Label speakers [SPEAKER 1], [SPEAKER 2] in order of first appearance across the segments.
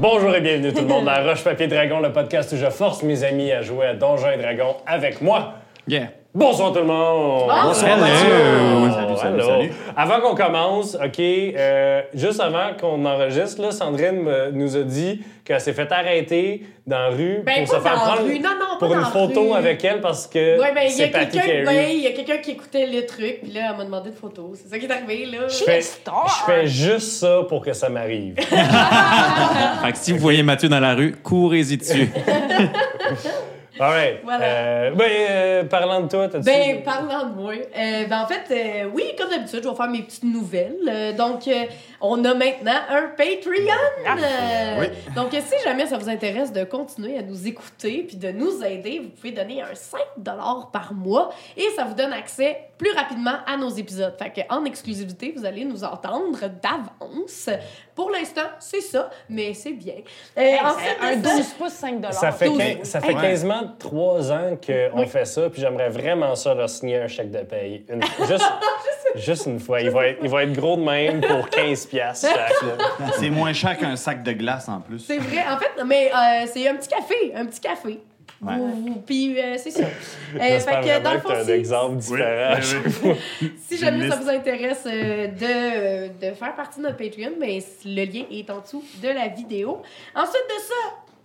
[SPEAKER 1] Bienvenue tout le monde dans Roche Papier Dragon, le podcast où je force mes amis à jouer à Donjons et Dragons avec moi.
[SPEAKER 2] Yeah.
[SPEAKER 1] Bonsoir tout le monde!
[SPEAKER 2] Bonsoir,
[SPEAKER 1] Mathieu!
[SPEAKER 2] Hello. Salut, salut,
[SPEAKER 1] Hello.
[SPEAKER 2] salut.
[SPEAKER 1] Avant qu'on commence, OK, euh, juste avant qu'on enregistre, là, Sandrine me- nous a dit qu'elle s'est fait arrêter dans la rue
[SPEAKER 3] Ben,
[SPEAKER 1] pour se
[SPEAKER 3] pas
[SPEAKER 1] faire
[SPEAKER 3] dans la
[SPEAKER 1] prendre
[SPEAKER 3] rue. Non, non, pas
[SPEAKER 1] pour
[SPEAKER 3] dans
[SPEAKER 1] une
[SPEAKER 3] la
[SPEAKER 1] photo
[SPEAKER 3] rue.
[SPEAKER 1] avec elle parce que
[SPEAKER 3] Ouais, ben, il y
[SPEAKER 1] c'est
[SPEAKER 3] a
[SPEAKER 1] Patty Carey.
[SPEAKER 3] quelqu'un ben, il y a quelqu'un qui écoutait le truc, puis là, elle m'a demandé de photos. C'est ça qui est arrivé, là.
[SPEAKER 1] Je fais, je fais juste ça pour que ça m'arrive.
[SPEAKER 2] Fait que si vous voyez Mathieu dans la rue, courez-y dessus.
[SPEAKER 1] All right.
[SPEAKER 3] Voilà.
[SPEAKER 1] Euh, ben, euh, parlant de toi, t'as-tu...
[SPEAKER 3] Ben, parlant de moi, euh, ben, en fait, euh, oui, comme d'habitude, je vais faire mes petites nouvelles. Euh, donc, euh, on a maintenant un
[SPEAKER 4] Ah!
[SPEAKER 3] Patreon. Euh,
[SPEAKER 2] Oui.
[SPEAKER 3] Donc, euh, si jamais ça vous intéresse de continuer à nous écouter puis de nous aider, vous pouvez donner un 5 par mois et ça vous donne accès plus rapidement à nos épisodes. Fait que, en exclusivité, vous allez nous entendre d'avance. Pour l'instant, c'est ça, mais c'est bien. Euh,
[SPEAKER 4] Hey,
[SPEAKER 3] fait,
[SPEAKER 4] un
[SPEAKER 3] ça-
[SPEAKER 4] 12 pouces, 5
[SPEAKER 1] Ça fait,
[SPEAKER 3] douze.
[SPEAKER 1] quin- ça fait
[SPEAKER 2] Ouais.
[SPEAKER 1] quasiment trois ans qu'on fait ça, puis j'aimerais vraiment ça leur signer un chèque de paye. Une- juste, juste une fois. Il va, être, il va être gros de même pour 15 piastres chaque. là.
[SPEAKER 2] C'est moins cher qu'un sac de glace en plus.
[SPEAKER 3] C'est vrai, en fait, mais euh, c'est un petit café, un petit café.
[SPEAKER 2] Ouais.
[SPEAKER 3] Vous- vous- Puis euh, c'est ça. Euh,
[SPEAKER 1] J'espère
[SPEAKER 3] fait que dans
[SPEAKER 1] vraiment
[SPEAKER 3] le
[SPEAKER 1] que t'as
[SPEAKER 3] fond,
[SPEAKER 1] un
[SPEAKER 3] si,
[SPEAKER 1] exemple différent.
[SPEAKER 3] si
[SPEAKER 2] J'ai une
[SPEAKER 3] jamais ça
[SPEAKER 2] liste.
[SPEAKER 3] vous intéresse euh, de, euh, de faire partie de notre Patreon, ben, c- le lien est en dessous de la vidéo. Ensuite de ça,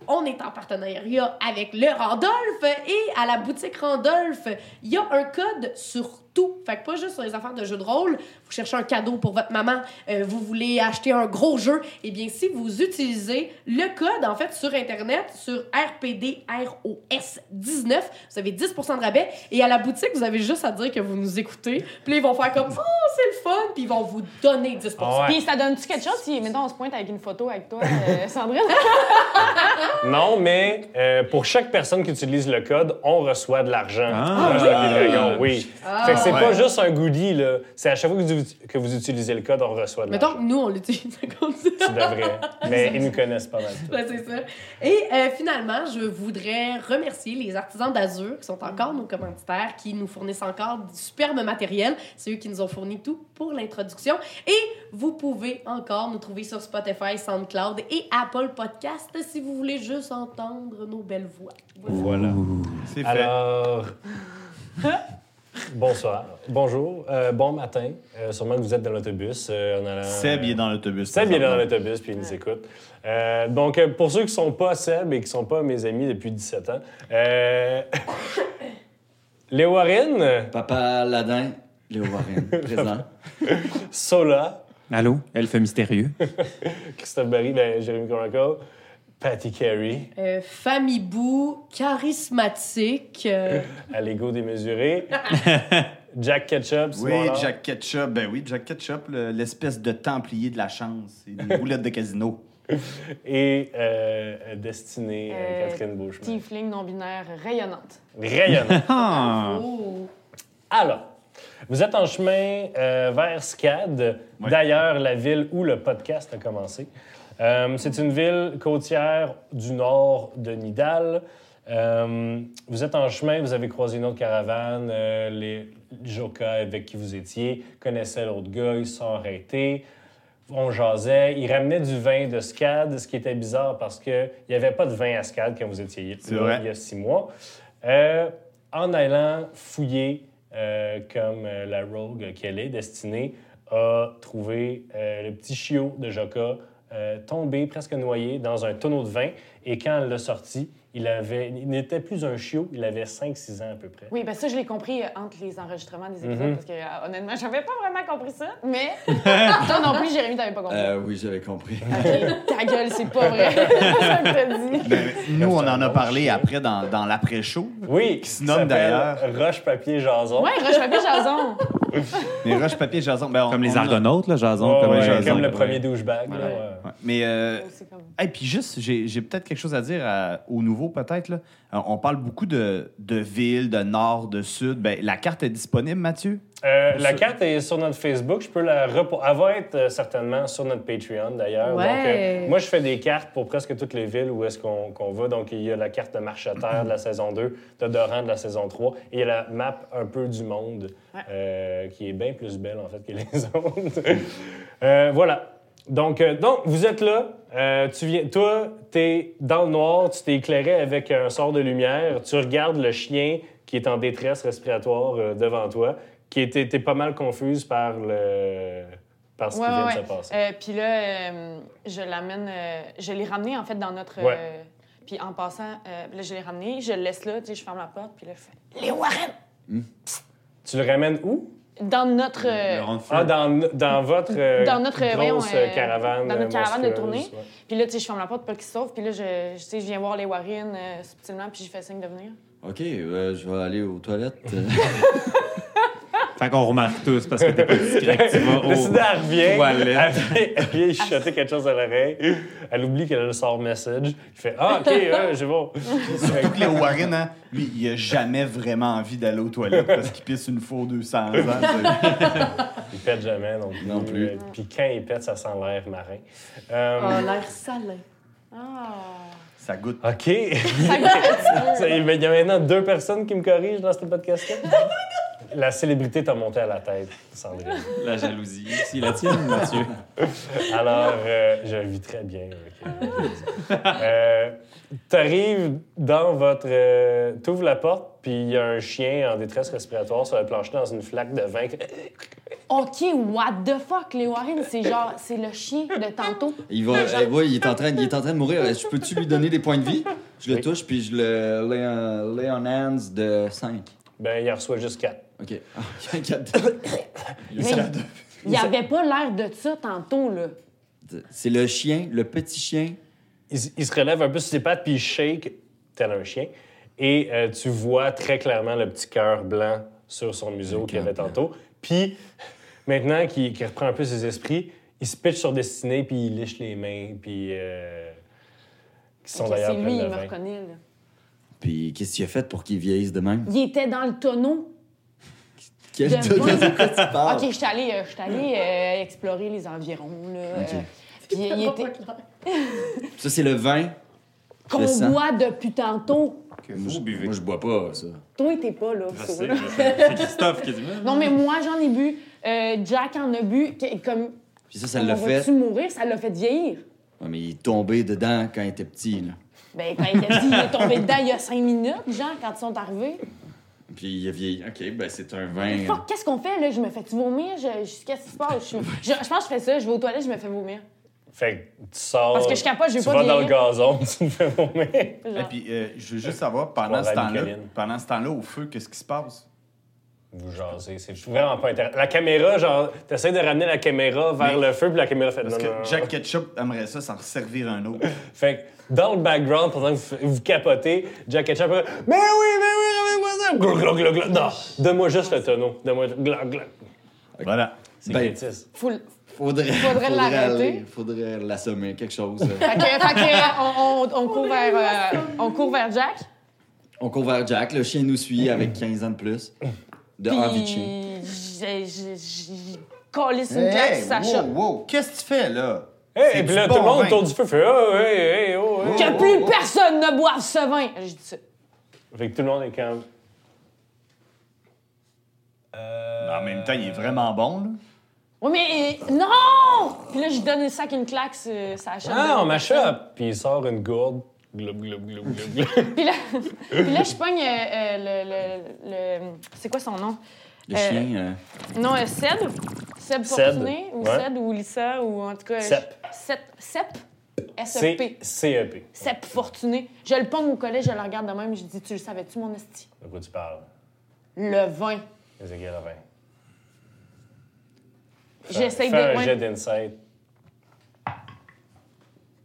[SPEAKER 3] on est en partenariat avec le Randolph et à la boutique Randolph, il y a un code sur tout. Fait que pas juste sur les affaires de jeux de rôle. Vous cherchez un cadeau pour votre maman, euh, vous voulez acheter un gros jeu. Eh bien, si vous utilisez le code, en fait, sur Internet, sur RPDROS19, vous avez 10 de rabais. Et à la boutique, vous avez juste à dire que vous nous écoutez. Puis là, ils vont faire comme « Oh, c'est le fun! » Puis ils vont vous donner 10
[SPEAKER 1] Ah ouais.
[SPEAKER 4] Puis ça donne-tu quelque chose si, mettons, on se pointe avec une photo avec toi, euh, Sandrine?
[SPEAKER 1] Non, mais euh, pour chaque personne qui utilise le code, on reçoit de l'argent.
[SPEAKER 2] Ah.
[SPEAKER 1] Roche Papier Dragon, oui. Fait que c'est
[SPEAKER 2] Ah.
[SPEAKER 1] pas
[SPEAKER 2] Ouais.
[SPEAKER 1] juste un goodie, là. C'est à chaque fois que vous, que vous utilisez le code, on reçoit de l'argent.
[SPEAKER 3] Mettons que nous, on l'utilise comme ça.
[SPEAKER 1] Tu devrais. Mais ils nous connaissent pas mal. tous.
[SPEAKER 3] Ouais, c'est ça. Et euh, finalement, je voudrais remercier les artisans d'Azur qui sont encore nos commanditaires, qui nous fournissent encore du superbe matériel. C'est eux qui nous ont fourni tout pour l'introduction. Et vous pouvez encore nous trouver sur Spotify, SoundCloud et Apple Podcast si vous voulez juste entendre nos belles voix. Voilà.
[SPEAKER 1] Voilà.
[SPEAKER 2] C'est fait.
[SPEAKER 1] Alors. Bonsoir, bonjour, euh, bon matin. Euh, sûrement que vous êtes dans l'autobus. euh, en allant-
[SPEAKER 2] Seb, il est dans l'autobus.
[SPEAKER 1] Seb, il est dans
[SPEAKER 2] présentement.
[SPEAKER 1] l'autobus, puis il nous écoute. Euh, donc, euh, pour ceux qui ne sont pas Seb et qui ne sont pas mes amis depuis 17 ans, euh... Léo Warren,
[SPEAKER 5] Papa Ladin, Léo Warren, présent.
[SPEAKER 1] Sola,
[SPEAKER 2] Allô, elfe mystérieux.
[SPEAKER 1] Christophe Barry, ben, Jérémy Coraco, Patty Carey,
[SPEAKER 3] Euh, famille Bou, charismatique. euh,
[SPEAKER 1] à l'ego démesuré, Jack Ketchup,
[SPEAKER 5] Oui,
[SPEAKER 1] Simon Lard.
[SPEAKER 5] Jack Ketchup, ben oui, Jack Ketchup, le- l'espèce de templier de la chance et des roulettes de casino.
[SPEAKER 1] et euh, Destinée, euh,
[SPEAKER 4] Euh,
[SPEAKER 1] Catherine Beauchemin.
[SPEAKER 4] Tiefling non-binaire rayonnante.
[SPEAKER 1] Rayonnant.
[SPEAKER 2] Ah,
[SPEAKER 3] oh.
[SPEAKER 1] Alors, vous êtes en chemin euh, vers SCAD,
[SPEAKER 5] Ouais.
[SPEAKER 1] d'ailleurs la ville où le podcast a commencé. Euh, c'est une ville côtière du nord de Nidal. Euh, vous êtes en chemin, vous avez croisé une autre caravane. euh, les Joka avec qui vous étiez connaissaient l'autre gars, ils se sont arrêtés. On jasait, ils ramenaient du vin de SCAD, ce qui était bizarre parce qu'il n'y avait pas de vin à SCAD quand vous étiez
[SPEAKER 5] C'est
[SPEAKER 1] là
[SPEAKER 5] vrai.
[SPEAKER 1] il y a six mois. Euh, en allant fouiller, euh, comme euh, la rogue qu'elle est, destinée, a trouvé euh, le petit chiot de Joka euh, tombé, presque noyé, dans un tonneau de vin. Et quand elle l'a sorti, il, avait, il n'était plus un chiot, il avait 5-6 ans à peu près.
[SPEAKER 4] Oui, ben ça, je l'ai compris euh, entre les enregistrements des épisodes,
[SPEAKER 1] Mhm.
[SPEAKER 4] parce que, euh, honnêtement, j'avais pas vraiment compris ça, mais... Toi non plus, Jérémy, t'avais pas compris.
[SPEAKER 5] Euh, oui, j'avais compris.
[SPEAKER 4] Ok, ta gueule, c'est pas vrai. ça que t'as dit.
[SPEAKER 5] Ben, nous, on en a
[SPEAKER 1] bon
[SPEAKER 5] parlé après dans, dans l'après-show.
[SPEAKER 1] Oui,
[SPEAKER 5] Qui se nomme d'ailleurs.
[SPEAKER 1] Roche, papier, jason.
[SPEAKER 4] Ouais, roche papier jason.
[SPEAKER 5] Mais roche, papier, jason. ben, on-
[SPEAKER 2] comme les
[SPEAKER 5] on a-
[SPEAKER 2] Argonautes, là, Jason,
[SPEAKER 1] Ouais,
[SPEAKER 2] comme
[SPEAKER 1] ouais,
[SPEAKER 2] les
[SPEAKER 1] comme
[SPEAKER 2] Jason.
[SPEAKER 1] le premier douchebag. là,
[SPEAKER 4] Ouais.
[SPEAKER 1] ouais.
[SPEAKER 5] Ouais, Mais euh,
[SPEAKER 4] C'est comme-
[SPEAKER 5] Et puis juste, j'ai j'ai peut-être quelque chose à dire à- aux nouveaux, peut-être. là. Euh, On parle beaucoup de, de villes, de nord, de sud. Ben, la carte est disponible, Mathieu?
[SPEAKER 1] Euh, la carte est sur notre Facebook. Je peux la repo... Elle va être euh, certainement sur notre Patreon d'ailleurs.
[SPEAKER 3] Ouais.
[SPEAKER 1] Donc, euh, moi, je fais des cartes pour presque toutes les villes où est-ce qu'on qu'on va. Donc, il y a la carte de Marche à terre de la saison 2, de Doran de la saison 3, et il y a la map un peu du monde euh, qui est bien plus belle en fait que les autres. Euh, voilà. Donc, euh, donc, vous êtes là. Euh, tu viens, toi, t'es dans le noir, tu t'es éclairé avec un sort de lumière, tu regardes le chien qui est en détresse respiratoire euh, devant toi, qui était t'es pas mal confuse par le par ce
[SPEAKER 4] Ouais,
[SPEAKER 1] qui vient
[SPEAKER 4] ouais,
[SPEAKER 1] de se passer.
[SPEAKER 4] ouais. Euh, Puis là, euh, je l'amène, euh, je l'ai ramené en fait dans notre. euh,
[SPEAKER 1] Ouais.
[SPEAKER 4] puis en passant, euh, là, je l'ai ramené, je le laisse là, tu sais, je ferme la porte, puis là, je fais Les Warren!
[SPEAKER 1] Tu le ramènes où
[SPEAKER 4] Dans notre. euh,
[SPEAKER 2] Le round
[SPEAKER 1] Ah,
[SPEAKER 2] feu.
[SPEAKER 1] dans, dans votre euh,
[SPEAKER 4] Dans notre, euh, voyons,
[SPEAKER 1] grosse euh,
[SPEAKER 4] euh,
[SPEAKER 1] caravane.
[SPEAKER 4] dans notre
[SPEAKER 1] euh,
[SPEAKER 4] caravane de
[SPEAKER 1] monstrueuse,
[SPEAKER 4] tournée.
[SPEAKER 1] ouais.
[SPEAKER 4] puis là, tu sais, je ferme la porte pour qu'il se sauve, puis là, je, je, tu sais, je viens voir les Warren euh, subtilement, puis je fais signe de venir.
[SPEAKER 6] OK, euh, je vais aller aux toilettes.
[SPEAKER 2] Fait qu'on remarque tous parce que t'es pas discret. Tu vas
[SPEAKER 1] Décidée, elle revient.
[SPEAKER 2] toilettes.
[SPEAKER 1] Elle vient, elle vient chuchoter quelque chose à l'oreille. Elle oublie qu'elle a le sort message. Je fais Ah, OK, euh, je vais.
[SPEAKER 5] Surtout que Léo Warren, hein, lui, il a jamais vraiment envie d'aller aux toilettes parce qu'il pisse une fois aux 200 ans. ça.
[SPEAKER 1] Il pète jamais non plus.
[SPEAKER 6] Non plus.
[SPEAKER 1] Euh, Puis quand il pète, ça sent l'air marin. Euh,
[SPEAKER 3] Oh, l'air salin.
[SPEAKER 4] Ah!
[SPEAKER 5] Ça goûte.
[SPEAKER 1] OK. Ça, Il y a maintenant deux personnes qui me corrigent dans ce podcast-là. La célébrité t'a monté à la tête, Sandrine.
[SPEAKER 2] La jalousie. Si la tienne, Mathieu.
[SPEAKER 1] Alors, euh, je vis très bien. avec, euh, euh, T'arrives dans votre. euh, T'ouvres la porte, puis il y a un chien en détresse respiratoire sur le plancher dans une flaque de vin.
[SPEAKER 4] OK, what the fuck, les Warren, c'est genre, c'est le chien de tantôt.
[SPEAKER 6] Il va, eh, ouais, il est en train, il est en train de mourir. Est-ce que peux-tu lui donner des points de vie? Je le
[SPEAKER 1] Oui.
[SPEAKER 6] touche, puis je le lay en, lay on hands de 5.
[SPEAKER 1] Ben, il en reçoit juste quatre.
[SPEAKER 6] OK. Ah, il y a quatre-
[SPEAKER 4] Mais il n'y avait pas l'air de ça tantôt, là.
[SPEAKER 6] C'est le chien, le petit chien.
[SPEAKER 1] Il, s- il se relève un peu sur ses pattes, puis il shake, tel un chien. Et euh, tu vois très clairement le petit cœur blanc sur son museau qu'il avait
[SPEAKER 6] cœur
[SPEAKER 1] tantôt. Puis, maintenant qu'il qu'il reprend un peu ses esprits, il se pitche sur Destinée, puis il liche les mains, puis. euh, qui sont
[SPEAKER 4] Ok,
[SPEAKER 1] d'ailleurs
[SPEAKER 4] c'est lui,
[SPEAKER 1] pleines de
[SPEAKER 4] il me
[SPEAKER 1] vin.
[SPEAKER 4] reconnaît, là.
[SPEAKER 6] Puis qu'est-ce que tu as fait pour qu'il vieillisse de même?
[SPEAKER 4] Il était dans le tonneau.
[SPEAKER 6] Quel
[SPEAKER 4] De
[SPEAKER 6] tonneau
[SPEAKER 4] moi?
[SPEAKER 6] de quoi tu parles?
[SPEAKER 4] OK, je suis allée, euh, je suis allée, euh, explorer les environs, là.
[SPEAKER 6] Ok.
[SPEAKER 4] euh, Puis il
[SPEAKER 3] Tellement
[SPEAKER 4] était
[SPEAKER 3] pas clair.
[SPEAKER 6] Ça, c'est le vin.
[SPEAKER 4] qu'on
[SPEAKER 6] le sang.
[SPEAKER 4] boit depuis tantôt.
[SPEAKER 6] Moi, je, moi, je bois pas, ça.
[SPEAKER 4] Toi, t'es pas là.
[SPEAKER 2] Je
[SPEAKER 4] c'est
[SPEAKER 2] sais,
[SPEAKER 4] vrai.
[SPEAKER 2] je sais. C'est Christophe qui dit.
[SPEAKER 4] Non, mais moi, j'en ai bu. Euh, Jack en a bu. Que- Comme,
[SPEAKER 6] Puis ça, ça l'a
[SPEAKER 4] on
[SPEAKER 6] fait.
[SPEAKER 4] va-tu mourir? Ça l'a fait vieillir.
[SPEAKER 6] Ouais, mais il est tombé dedans quand il était petit, là.
[SPEAKER 4] Ben, quand il était petit, il est tombé dedans il y a cinq minutes, genre, quand ils sont arrivés.
[SPEAKER 6] Puis il a vieilli. OK, ben c'est un vin.
[SPEAKER 4] Fuck, qu'est-ce qu'on fait, là? Je me fais-tu vomir? Je, je- qu'est-ce qui se passe? Je, je- je pense que je fais ça. Je vais aux toilettes, je me fais vomir.
[SPEAKER 1] Fait que tu sors.
[SPEAKER 4] Parce que je capote, j'ai
[SPEAKER 1] Tu
[SPEAKER 4] pas
[SPEAKER 1] vas
[SPEAKER 4] de
[SPEAKER 1] dans le
[SPEAKER 4] lien.
[SPEAKER 1] gazon, tu me fais vomir.
[SPEAKER 4] Genre.
[SPEAKER 5] Et puis, euh, je veux juste savoir, pendant
[SPEAKER 1] Je
[SPEAKER 5] ce
[SPEAKER 1] crois à la
[SPEAKER 5] temps-là,
[SPEAKER 1] Nicoline.
[SPEAKER 5] pendant ce temps-là, au feu, qu'est-ce qui se passe?
[SPEAKER 1] Vous jasez, c'est vraiment pas intéressant. La caméra, genre, t'essayes de ramener la caméra vers le feu, puis la caméra fait non,
[SPEAKER 5] Parce que
[SPEAKER 1] non, non.
[SPEAKER 5] Jack Ketchup aimerait ça s'en servir un autre.
[SPEAKER 1] Fait que dans le background, pendant que vous, vous capotez, Jack Ketchup, euh, mais oui, mais oui, ramène-moi ça! Glou, glou, glou, glou. Non, donne-moi juste le tonneau. Donne-moi. glou, glou.
[SPEAKER 5] Voilà.
[SPEAKER 1] C'est
[SPEAKER 6] Ben,
[SPEAKER 1] bêtise.
[SPEAKER 4] Full.
[SPEAKER 6] Faudrait,
[SPEAKER 4] Faudrait l'arrêter.
[SPEAKER 6] aller- Faudrait l'assommer, quelque chose.
[SPEAKER 4] Fait que, fait que, on, on- on court vers, euh, on court vers Jack.
[SPEAKER 6] On court vers Jack, le chien nous suit avec 15 ans de plus. De envie de chien.
[SPEAKER 4] Puis, j'ai- j'ai j'ai collé sur une claque sur sa
[SPEAKER 5] wow,
[SPEAKER 4] chope.
[SPEAKER 5] wow, qu'est-ce que tu fais là?
[SPEAKER 1] Hey,
[SPEAKER 5] C'est
[SPEAKER 1] et puis
[SPEAKER 5] du
[SPEAKER 1] là,
[SPEAKER 5] bon
[SPEAKER 1] tout le monde
[SPEAKER 5] vin.
[SPEAKER 1] autour du feu fait oh, hey, hey, oh, hey.
[SPEAKER 4] Que plus personne ne boive ce vin! J'ai dit ça.
[SPEAKER 1] Fait que tout le monde est comme.
[SPEAKER 5] En même temps, il est vraiment bon là.
[SPEAKER 4] Oui, mais euh, non! Puis là, je donne le sac une claque sur sa chope.
[SPEAKER 1] Ah, on m'achoppe! Puis il sort une gourde. Glou, glou, glou, glou, glou.
[SPEAKER 4] Puis là, puis là je pogne euh, euh, le, le- le- C'est quoi son nom?
[SPEAKER 6] Le
[SPEAKER 4] Euh,
[SPEAKER 6] chien. euh,
[SPEAKER 4] Non, euh, Seb.
[SPEAKER 1] Seb,
[SPEAKER 4] Seb Fortuné, ou
[SPEAKER 1] ouais.
[SPEAKER 4] Seb, ou Lissa, ou en tout cas.
[SPEAKER 1] Sep.
[SPEAKER 4] je- Sep. Sep.
[SPEAKER 1] C'est
[SPEAKER 4] S-E-P.
[SPEAKER 1] CEP.
[SPEAKER 4] Sep Fortuné. Je le pogne au collège, je le regarde de même, je dis Tu le savais-tu, mon esti?
[SPEAKER 1] De quoi tu parles?
[SPEAKER 4] Le vin.
[SPEAKER 1] Ezekiel Levin.
[SPEAKER 4] J'essaie de.
[SPEAKER 1] Fais un
[SPEAKER 4] ouais,
[SPEAKER 1] jet d'insight.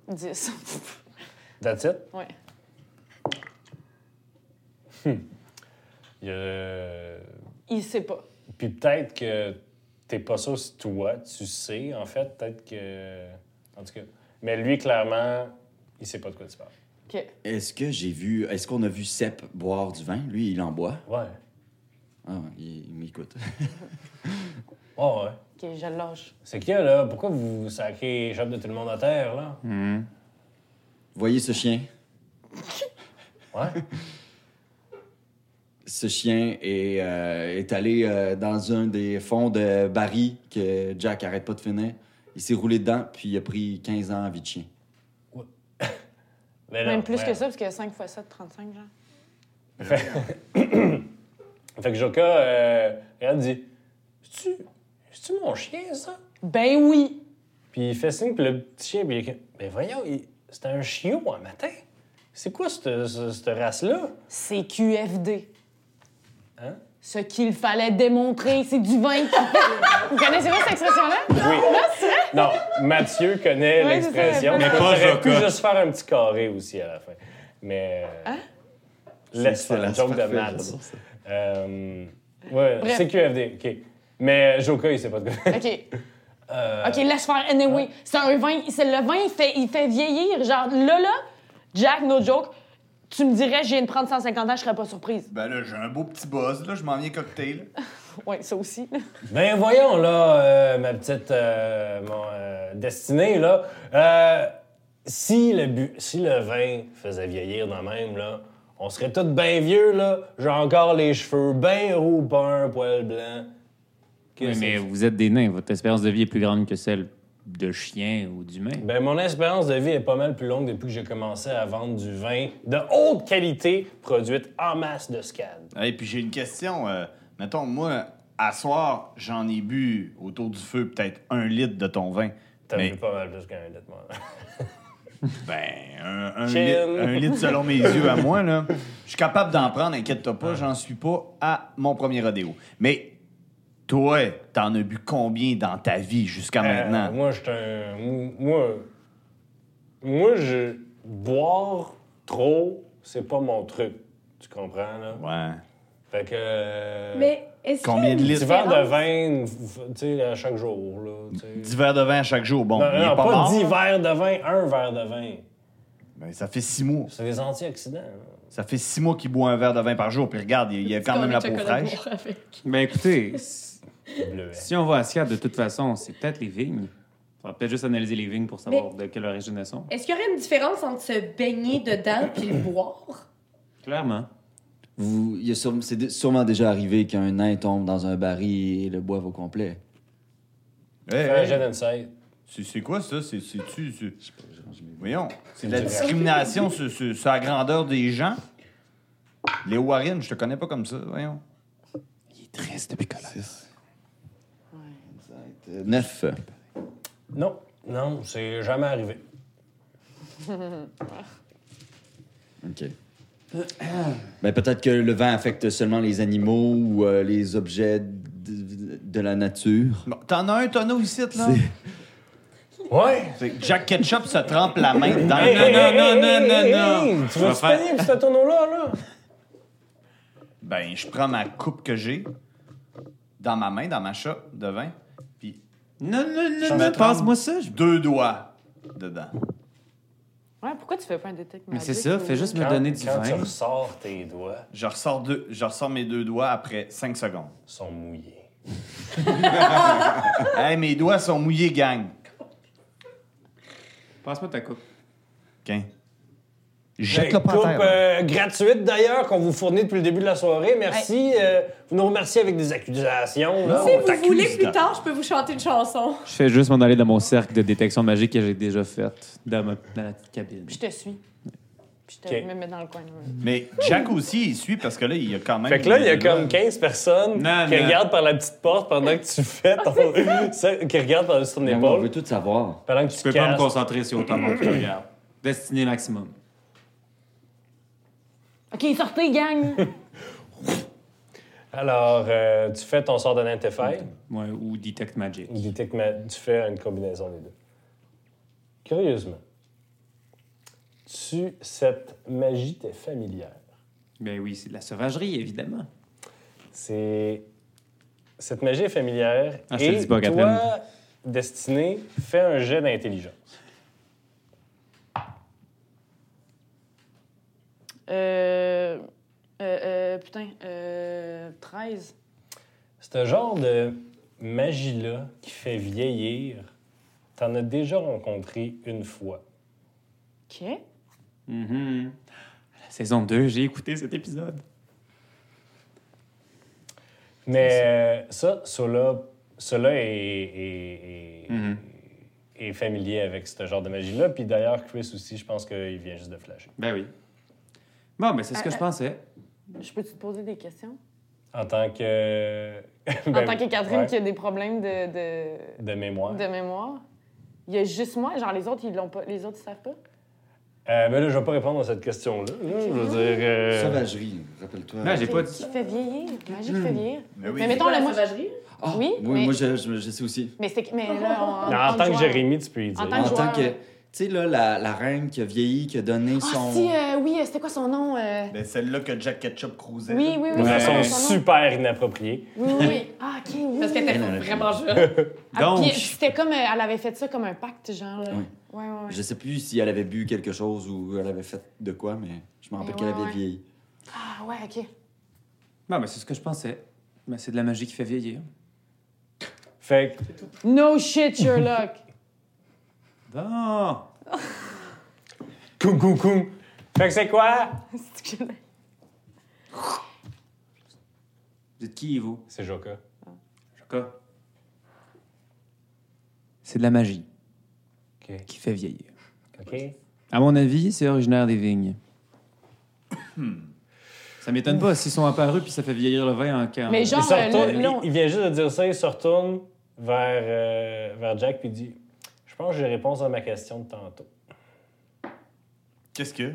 [SPEAKER 4] 10.
[SPEAKER 1] That's it?
[SPEAKER 4] ouais.
[SPEAKER 1] Il y a-
[SPEAKER 4] Il sait pas.
[SPEAKER 1] Puis peut-être que t'es pas sûr si toi, tu sais, en fait. Peut-être que... En tout cas... Mais lui, clairement, il sait pas de quoi tu parles.
[SPEAKER 4] OK.
[SPEAKER 6] Est-ce que j'ai vu. Est-ce qu'on a vu Sepp boire du vin? Lui, il en boit.
[SPEAKER 1] Ouais.
[SPEAKER 6] Ah, il, il m'écoute.
[SPEAKER 1] Oh, ouais.
[SPEAKER 4] OK, je le lâche.
[SPEAKER 1] C'est qui, là? Pourquoi vous sacrez échappe de tout le monde à terre, là?
[SPEAKER 6] Voyez ce chien.
[SPEAKER 1] Ouais.
[SPEAKER 6] Ce chien est, euh, est allé euh, dans un des fonds de Barry que Jack arrête pas de finir. Il s'est roulé dedans, puis il a pris 15 ans à vie de chien.
[SPEAKER 1] Mais non,
[SPEAKER 4] Même plus
[SPEAKER 1] ouais.
[SPEAKER 4] que ça, parce que 5 fois 7, 35, genre.
[SPEAKER 1] Fait que Joka, euh, regarde, dit C'est-tu c'est-tu mon chien, ça
[SPEAKER 4] Ben oui!
[SPEAKER 1] Puis il fait signe, puis le petit chien, puis il est comme, Ben voyons, il- c'était un chiot un matin. C'est quoi cette, ce- cette race-là
[SPEAKER 4] C'est QFD.
[SPEAKER 1] Hein?
[SPEAKER 4] Ce qu'il fallait démontrer, c'est du vin. Vous connaissez pas cette expression-là?
[SPEAKER 1] Oui. Non, Mathieu connaît
[SPEAKER 4] Oui, c'est ça,
[SPEAKER 1] l'expression.
[SPEAKER 4] mais
[SPEAKER 1] mais
[SPEAKER 2] pas
[SPEAKER 1] j'aurais pu
[SPEAKER 2] Joka.
[SPEAKER 1] juste faire un petit carré aussi à la fin. Mais. euh,
[SPEAKER 4] Hein?
[SPEAKER 1] Laisse faire
[SPEAKER 6] la
[SPEAKER 1] la joke de maths. Euh, ouais,
[SPEAKER 4] Bref.
[SPEAKER 1] CQFD, OK. Mais Joka, il sait pas de quoi.
[SPEAKER 4] OK.
[SPEAKER 1] Euh, hein?
[SPEAKER 4] OK, laisse faire. Anyway, c'est un vin. c'est- le vin, il fait, il fait vieillir. Genre, là, là, Jack, no joke, tu me dirais, je viens de prendre 150 ans, je serais pas surprise.
[SPEAKER 5] Ben là, j'ai un beau petit buzz, là, je m'en viens cocktail.
[SPEAKER 4] Ouais, ça aussi.
[SPEAKER 1] Ben voyons, là, euh, ma petite euh, mon, euh, destinée, là. Euh, si, le bu- si le vin faisait vieillir de même, là, on serait tous bien vieux, là. J'ai encore les cheveux bien roux, pas un poil blanc.
[SPEAKER 7] Oui,
[SPEAKER 1] Qu'est-ce
[SPEAKER 7] mais
[SPEAKER 1] que-
[SPEAKER 7] vous êtes des nains. Votre espérance de vie est plus grande que celle de chien ou d'humain.
[SPEAKER 1] Ben, mon espérance de vie est pas mal plus longue depuis que j'ai commencé à vendre du vin de haute qualité produite en masse de SCAD.
[SPEAKER 5] Et puis j'ai une question. euh, mettons, moi, à soir, j'en ai bu autour du feu peut-être un litre de ton vin.
[SPEAKER 1] T'as
[SPEAKER 5] Mais-
[SPEAKER 1] vu pas mal plus qu'un litre, moi.
[SPEAKER 5] Ben, un, un
[SPEAKER 1] Chill.
[SPEAKER 5] litre, un litre selon mes yeux à moi, là. Je suis capable d'en prendre, inquiète-toi pas, j'en suis pas à mon premier rodéo. Mais toi, t'en as bu combien dans ta vie jusqu'à
[SPEAKER 1] Euh,
[SPEAKER 5] maintenant?
[SPEAKER 1] moi, je suis un. Moi. Moi, je. Boire trop, c'est pas mon truc. Tu comprends, là?
[SPEAKER 5] Ouais.
[SPEAKER 1] Fait que. euh,
[SPEAKER 3] Mais est-ce qu'il y a
[SPEAKER 5] Combien de
[SPEAKER 3] une
[SPEAKER 5] litres?
[SPEAKER 1] Petit verre de
[SPEAKER 3] différence?
[SPEAKER 1] vin, tu sais, à chaque jour, là. tu sais.
[SPEAKER 5] 10 verres de vin à chaque jour. Bon,
[SPEAKER 1] Non,
[SPEAKER 5] il est
[SPEAKER 1] non,
[SPEAKER 5] pas,
[SPEAKER 1] pas
[SPEAKER 5] mort.
[SPEAKER 1] dix
[SPEAKER 7] hein?
[SPEAKER 1] verres de vin, un verre de vin.
[SPEAKER 5] Ben, ça fait six mois.
[SPEAKER 1] C'est des antioxydants. là.
[SPEAKER 5] Ça fait six mois qu'il boit un verre de vin par jour, puis regarde, il, il a quand
[SPEAKER 3] Parce
[SPEAKER 5] même
[SPEAKER 3] qu'on
[SPEAKER 5] la
[SPEAKER 3] est
[SPEAKER 5] peau
[SPEAKER 3] chocolat
[SPEAKER 5] fraîche.
[SPEAKER 3] noir avec.
[SPEAKER 7] Ben écoutez, si
[SPEAKER 1] Bleuets.
[SPEAKER 7] si on va à Siad, de toute façon, c'est peut-être les vignes. On va peut-être juste analyser les vignes pour savoir de quelle origine elles sont.
[SPEAKER 3] Est-ce qu'il y aurait une différence entre se baigner dedans puis le boire?
[SPEAKER 7] Clairement.
[SPEAKER 6] Vous, il y a sûrement- c'est dé- sûrement déjà arrivé qu'un nain tombe dans un baril et le boive au complet.
[SPEAKER 5] Hey,
[SPEAKER 1] Fais un
[SPEAKER 5] hey,
[SPEAKER 1] jet d'insight.
[SPEAKER 5] c'est- C'est quoi ça? C'est- C'est-tu. c'est- Voyons, c'est de la
[SPEAKER 1] C'est du rap.
[SPEAKER 5] discrimination sur, sur- sur la grandeur des gens. Léo Warren, je te connais pas comme ça, voyons.
[SPEAKER 6] Euh, Neuf.
[SPEAKER 1] Non, non, c'est jamais arrivé.
[SPEAKER 6] OK. Ben, peut-être que le vent affecte seulement les animaux ou euh, les objets de, de la nature.
[SPEAKER 5] Bon, T'en as un tonneau ici, là?
[SPEAKER 1] Ouais!
[SPEAKER 5] C'est que Jack Ketchup se trempe la main dans
[SPEAKER 1] Hey,
[SPEAKER 5] le
[SPEAKER 1] hey,
[SPEAKER 5] tonneau.
[SPEAKER 1] hey, hey,
[SPEAKER 7] non,
[SPEAKER 1] hey,
[SPEAKER 7] non,
[SPEAKER 1] hey,
[SPEAKER 7] non.
[SPEAKER 1] hey, Tu
[SPEAKER 7] Je
[SPEAKER 1] veux
[SPEAKER 7] vais
[SPEAKER 1] te
[SPEAKER 7] faire-
[SPEAKER 1] pogner pour ce tonneau-là, là?
[SPEAKER 5] Ben, je prends ma coupe que j'ai dans ma main, dans ma chope de vin, puis
[SPEAKER 7] Non, non,
[SPEAKER 5] Je
[SPEAKER 7] non,
[SPEAKER 5] me
[SPEAKER 7] non,
[SPEAKER 5] trompe.
[SPEAKER 7] passe-moi ça. je-
[SPEAKER 5] deux doigts dedans.
[SPEAKER 4] Ouais, pourquoi tu fais pas un détect
[SPEAKER 7] Mais
[SPEAKER 4] magique?
[SPEAKER 7] c'est ça,
[SPEAKER 4] ou-
[SPEAKER 7] fais juste me
[SPEAKER 1] Quand,
[SPEAKER 7] donner du
[SPEAKER 1] quand tu
[SPEAKER 7] vin.
[SPEAKER 1] ressors tes doigts,
[SPEAKER 5] Je ressors, deux, je ressors mes deux doigts après cinq secondes.
[SPEAKER 1] ils sont mouillés.
[SPEAKER 5] hey, mes doigts sont mouillés, gang.
[SPEAKER 7] Passe-moi ta coupe.
[SPEAKER 5] Quin.
[SPEAKER 1] Hey,
[SPEAKER 5] Jette-le
[SPEAKER 1] coupe
[SPEAKER 5] pas à terre, là.
[SPEAKER 1] euh, gratuite d'ailleurs qu'on vous fournit depuis le début de la soirée. Merci. euh, vous nous remerciez avec des accusations. là.
[SPEAKER 3] Si
[SPEAKER 5] on
[SPEAKER 3] vous
[SPEAKER 5] t'accuse
[SPEAKER 3] voulez plus
[SPEAKER 5] de-
[SPEAKER 3] tard, je peux vous chanter une chanson.
[SPEAKER 7] Je fais juste m'en aller dans mon cercle de détection magique que j'ai déjà faite dans, ma, dans la petite cabine.
[SPEAKER 4] Je te suis. Puis je te
[SPEAKER 1] OK.
[SPEAKER 4] me mets dans le coin. là.
[SPEAKER 5] Mais Jack aussi, il suit parce que là, il y a quand même.
[SPEAKER 1] Fait que là, il y a
[SPEAKER 5] des doigts.
[SPEAKER 1] comme 15 personnes
[SPEAKER 7] Non,
[SPEAKER 1] qui
[SPEAKER 7] non.
[SPEAKER 1] regardent par la petite porte pendant que tu fais ton. ça, qui regardent par-dessus ton
[SPEAKER 6] Mais on veut
[SPEAKER 1] épaule.
[SPEAKER 6] tout savoir.
[SPEAKER 1] Pendant que tu,
[SPEAKER 7] Je peux pas me concentrer sur autant de monde que je regarde. Destiné maximum.
[SPEAKER 4] OK, sortez, gang!
[SPEAKER 1] Alors, euh, tu fais ton sort de Nantify.
[SPEAKER 7] Ouais, ou Detect Magic.
[SPEAKER 1] ou Detect Ma- tu fais une combinaison des deux. Curieusement, tu, cette magie t'est familière.
[SPEAKER 7] Ben oui, c'est de la sauvagerie, évidemment.
[SPEAKER 1] C'est. Cette magie est familière.
[SPEAKER 7] Ah, je te
[SPEAKER 1] et
[SPEAKER 7] le dis pas, Catherine.
[SPEAKER 1] toi, Destinée, fais un jet d'intelligence.
[SPEAKER 4] Euh, euh, euh, putain, euh, 13.
[SPEAKER 1] C'est un genre de magie-là qui fait vieillir. T'en as déjà rencontré une fois.
[SPEAKER 4] OK.
[SPEAKER 7] Mhm. À La saison 2, j'ai écouté cet épisode.
[SPEAKER 1] Mais euh, ça, cela, cela est, est- est-
[SPEAKER 7] Mhm.
[SPEAKER 1] est familier avec ce genre de magie-là. Puis d'ailleurs, Chris aussi, je pense qu'il vient juste de flasher.
[SPEAKER 7] Ben oui. Bon, mais c'est ce que
[SPEAKER 3] Euh,
[SPEAKER 4] Ah,
[SPEAKER 7] je
[SPEAKER 4] ah.
[SPEAKER 7] pensais.
[SPEAKER 4] Je peux-tu te poser des questions?
[SPEAKER 1] En tant que. ben
[SPEAKER 4] en tant que Catherine qui a des problèmes de, de,
[SPEAKER 1] De mémoire.
[SPEAKER 4] de mémoire, il y a juste moi, genre les autres, ils l'ont pas. Les autres, ils savent pas.
[SPEAKER 1] Euh, ben là, je vais pas répondre à cette question-là. là. Je veux dire. euh,
[SPEAKER 6] Sauvagerie, rappelle-toi.
[SPEAKER 3] euh,
[SPEAKER 7] Non, j'ai pas dit.
[SPEAKER 4] Qui fait vieillir? Magie qui fait vieillir.
[SPEAKER 5] Mais oui.
[SPEAKER 4] Mais
[SPEAKER 3] C'est
[SPEAKER 4] mettons,
[SPEAKER 3] quoi,
[SPEAKER 4] là,
[SPEAKER 3] la
[SPEAKER 4] moi.
[SPEAKER 3] sauvagerie?
[SPEAKER 6] Ah,
[SPEAKER 4] Oui,
[SPEAKER 6] oui,
[SPEAKER 4] mais-
[SPEAKER 6] moi, je, je- je sais aussi.
[SPEAKER 4] Mais c'est. Mais là, on-
[SPEAKER 1] en tant que
[SPEAKER 4] joueur.
[SPEAKER 1] Jérémy, tu peux y dire.
[SPEAKER 4] En tant
[SPEAKER 6] En
[SPEAKER 4] que joueur.
[SPEAKER 6] tant que. Tu sais, là, la, la reine qui a vieilli, qui a donné
[SPEAKER 4] Ah,
[SPEAKER 6] son.
[SPEAKER 4] si, euh, oui, euh, c'était quoi son nom? euh?
[SPEAKER 5] Ben, Celle-là que Jack Ketchup cruisait.
[SPEAKER 4] Oui, oui, oui.
[SPEAKER 1] De
[SPEAKER 4] c'est
[SPEAKER 1] façon
[SPEAKER 4] quoi son nom?
[SPEAKER 1] super inappropriée.
[SPEAKER 4] Oui, oui, oui. Ah, OK, oui.
[SPEAKER 3] Parce que t'es
[SPEAKER 5] Mmh.
[SPEAKER 6] non, non.
[SPEAKER 3] vraiment jeune.
[SPEAKER 4] Ah,
[SPEAKER 7] Donc-
[SPEAKER 4] puis c'était comme. euh, elle avait fait ça comme un pacte, genre. là.
[SPEAKER 6] Oui.
[SPEAKER 4] Ouais, ouais, ouais.
[SPEAKER 6] Je sais plus si elle avait bu quelque chose ou elle avait fait de quoi, mais je me rappelle
[SPEAKER 4] Mais
[SPEAKER 6] qu'elle
[SPEAKER 4] ouais,
[SPEAKER 6] avait
[SPEAKER 4] ouais.
[SPEAKER 6] vieilli.
[SPEAKER 4] Ah, ouais, OK.
[SPEAKER 7] Non, mais c'est ce que je pensais. Mais c'est de la magie qui fait vieillir.
[SPEAKER 1] Fait que
[SPEAKER 4] No shit, Sherlock.
[SPEAKER 7] Bon.
[SPEAKER 1] Koum, koum, koum. Fait que c'est quoi?
[SPEAKER 4] C'est que je-
[SPEAKER 7] Vous êtes qui, vous?
[SPEAKER 1] C'est Joka.
[SPEAKER 7] Jaka. C'est de la magie
[SPEAKER 1] OK.
[SPEAKER 7] qui fait vieillir.
[SPEAKER 1] OK.
[SPEAKER 7] À mon avis, c'est originaire des vignes.
[SPEAKER 3] Hmm.
[SPEAKER 7] ça m'étonne pas s'ils sont apparus puis ça fait vieillir le vin en camp.
[SPEAKER 4] Mais
[SPEAKER 1] Il,
[SPEAKER 4] genre,
[SPEAKER 1] se
[SPEAKER 4] euh,
[SPEAKER 1] retourne-
[SPEAKER 4] là, là, on-
[SPEAKER 1] il- il vient juste de dire ça, il se retourne vers, euh, vers Jack puis il dit Je pense que j'ai réponse à ma question de tantôt.
[SPEAKER 5] Qu'est-ce que?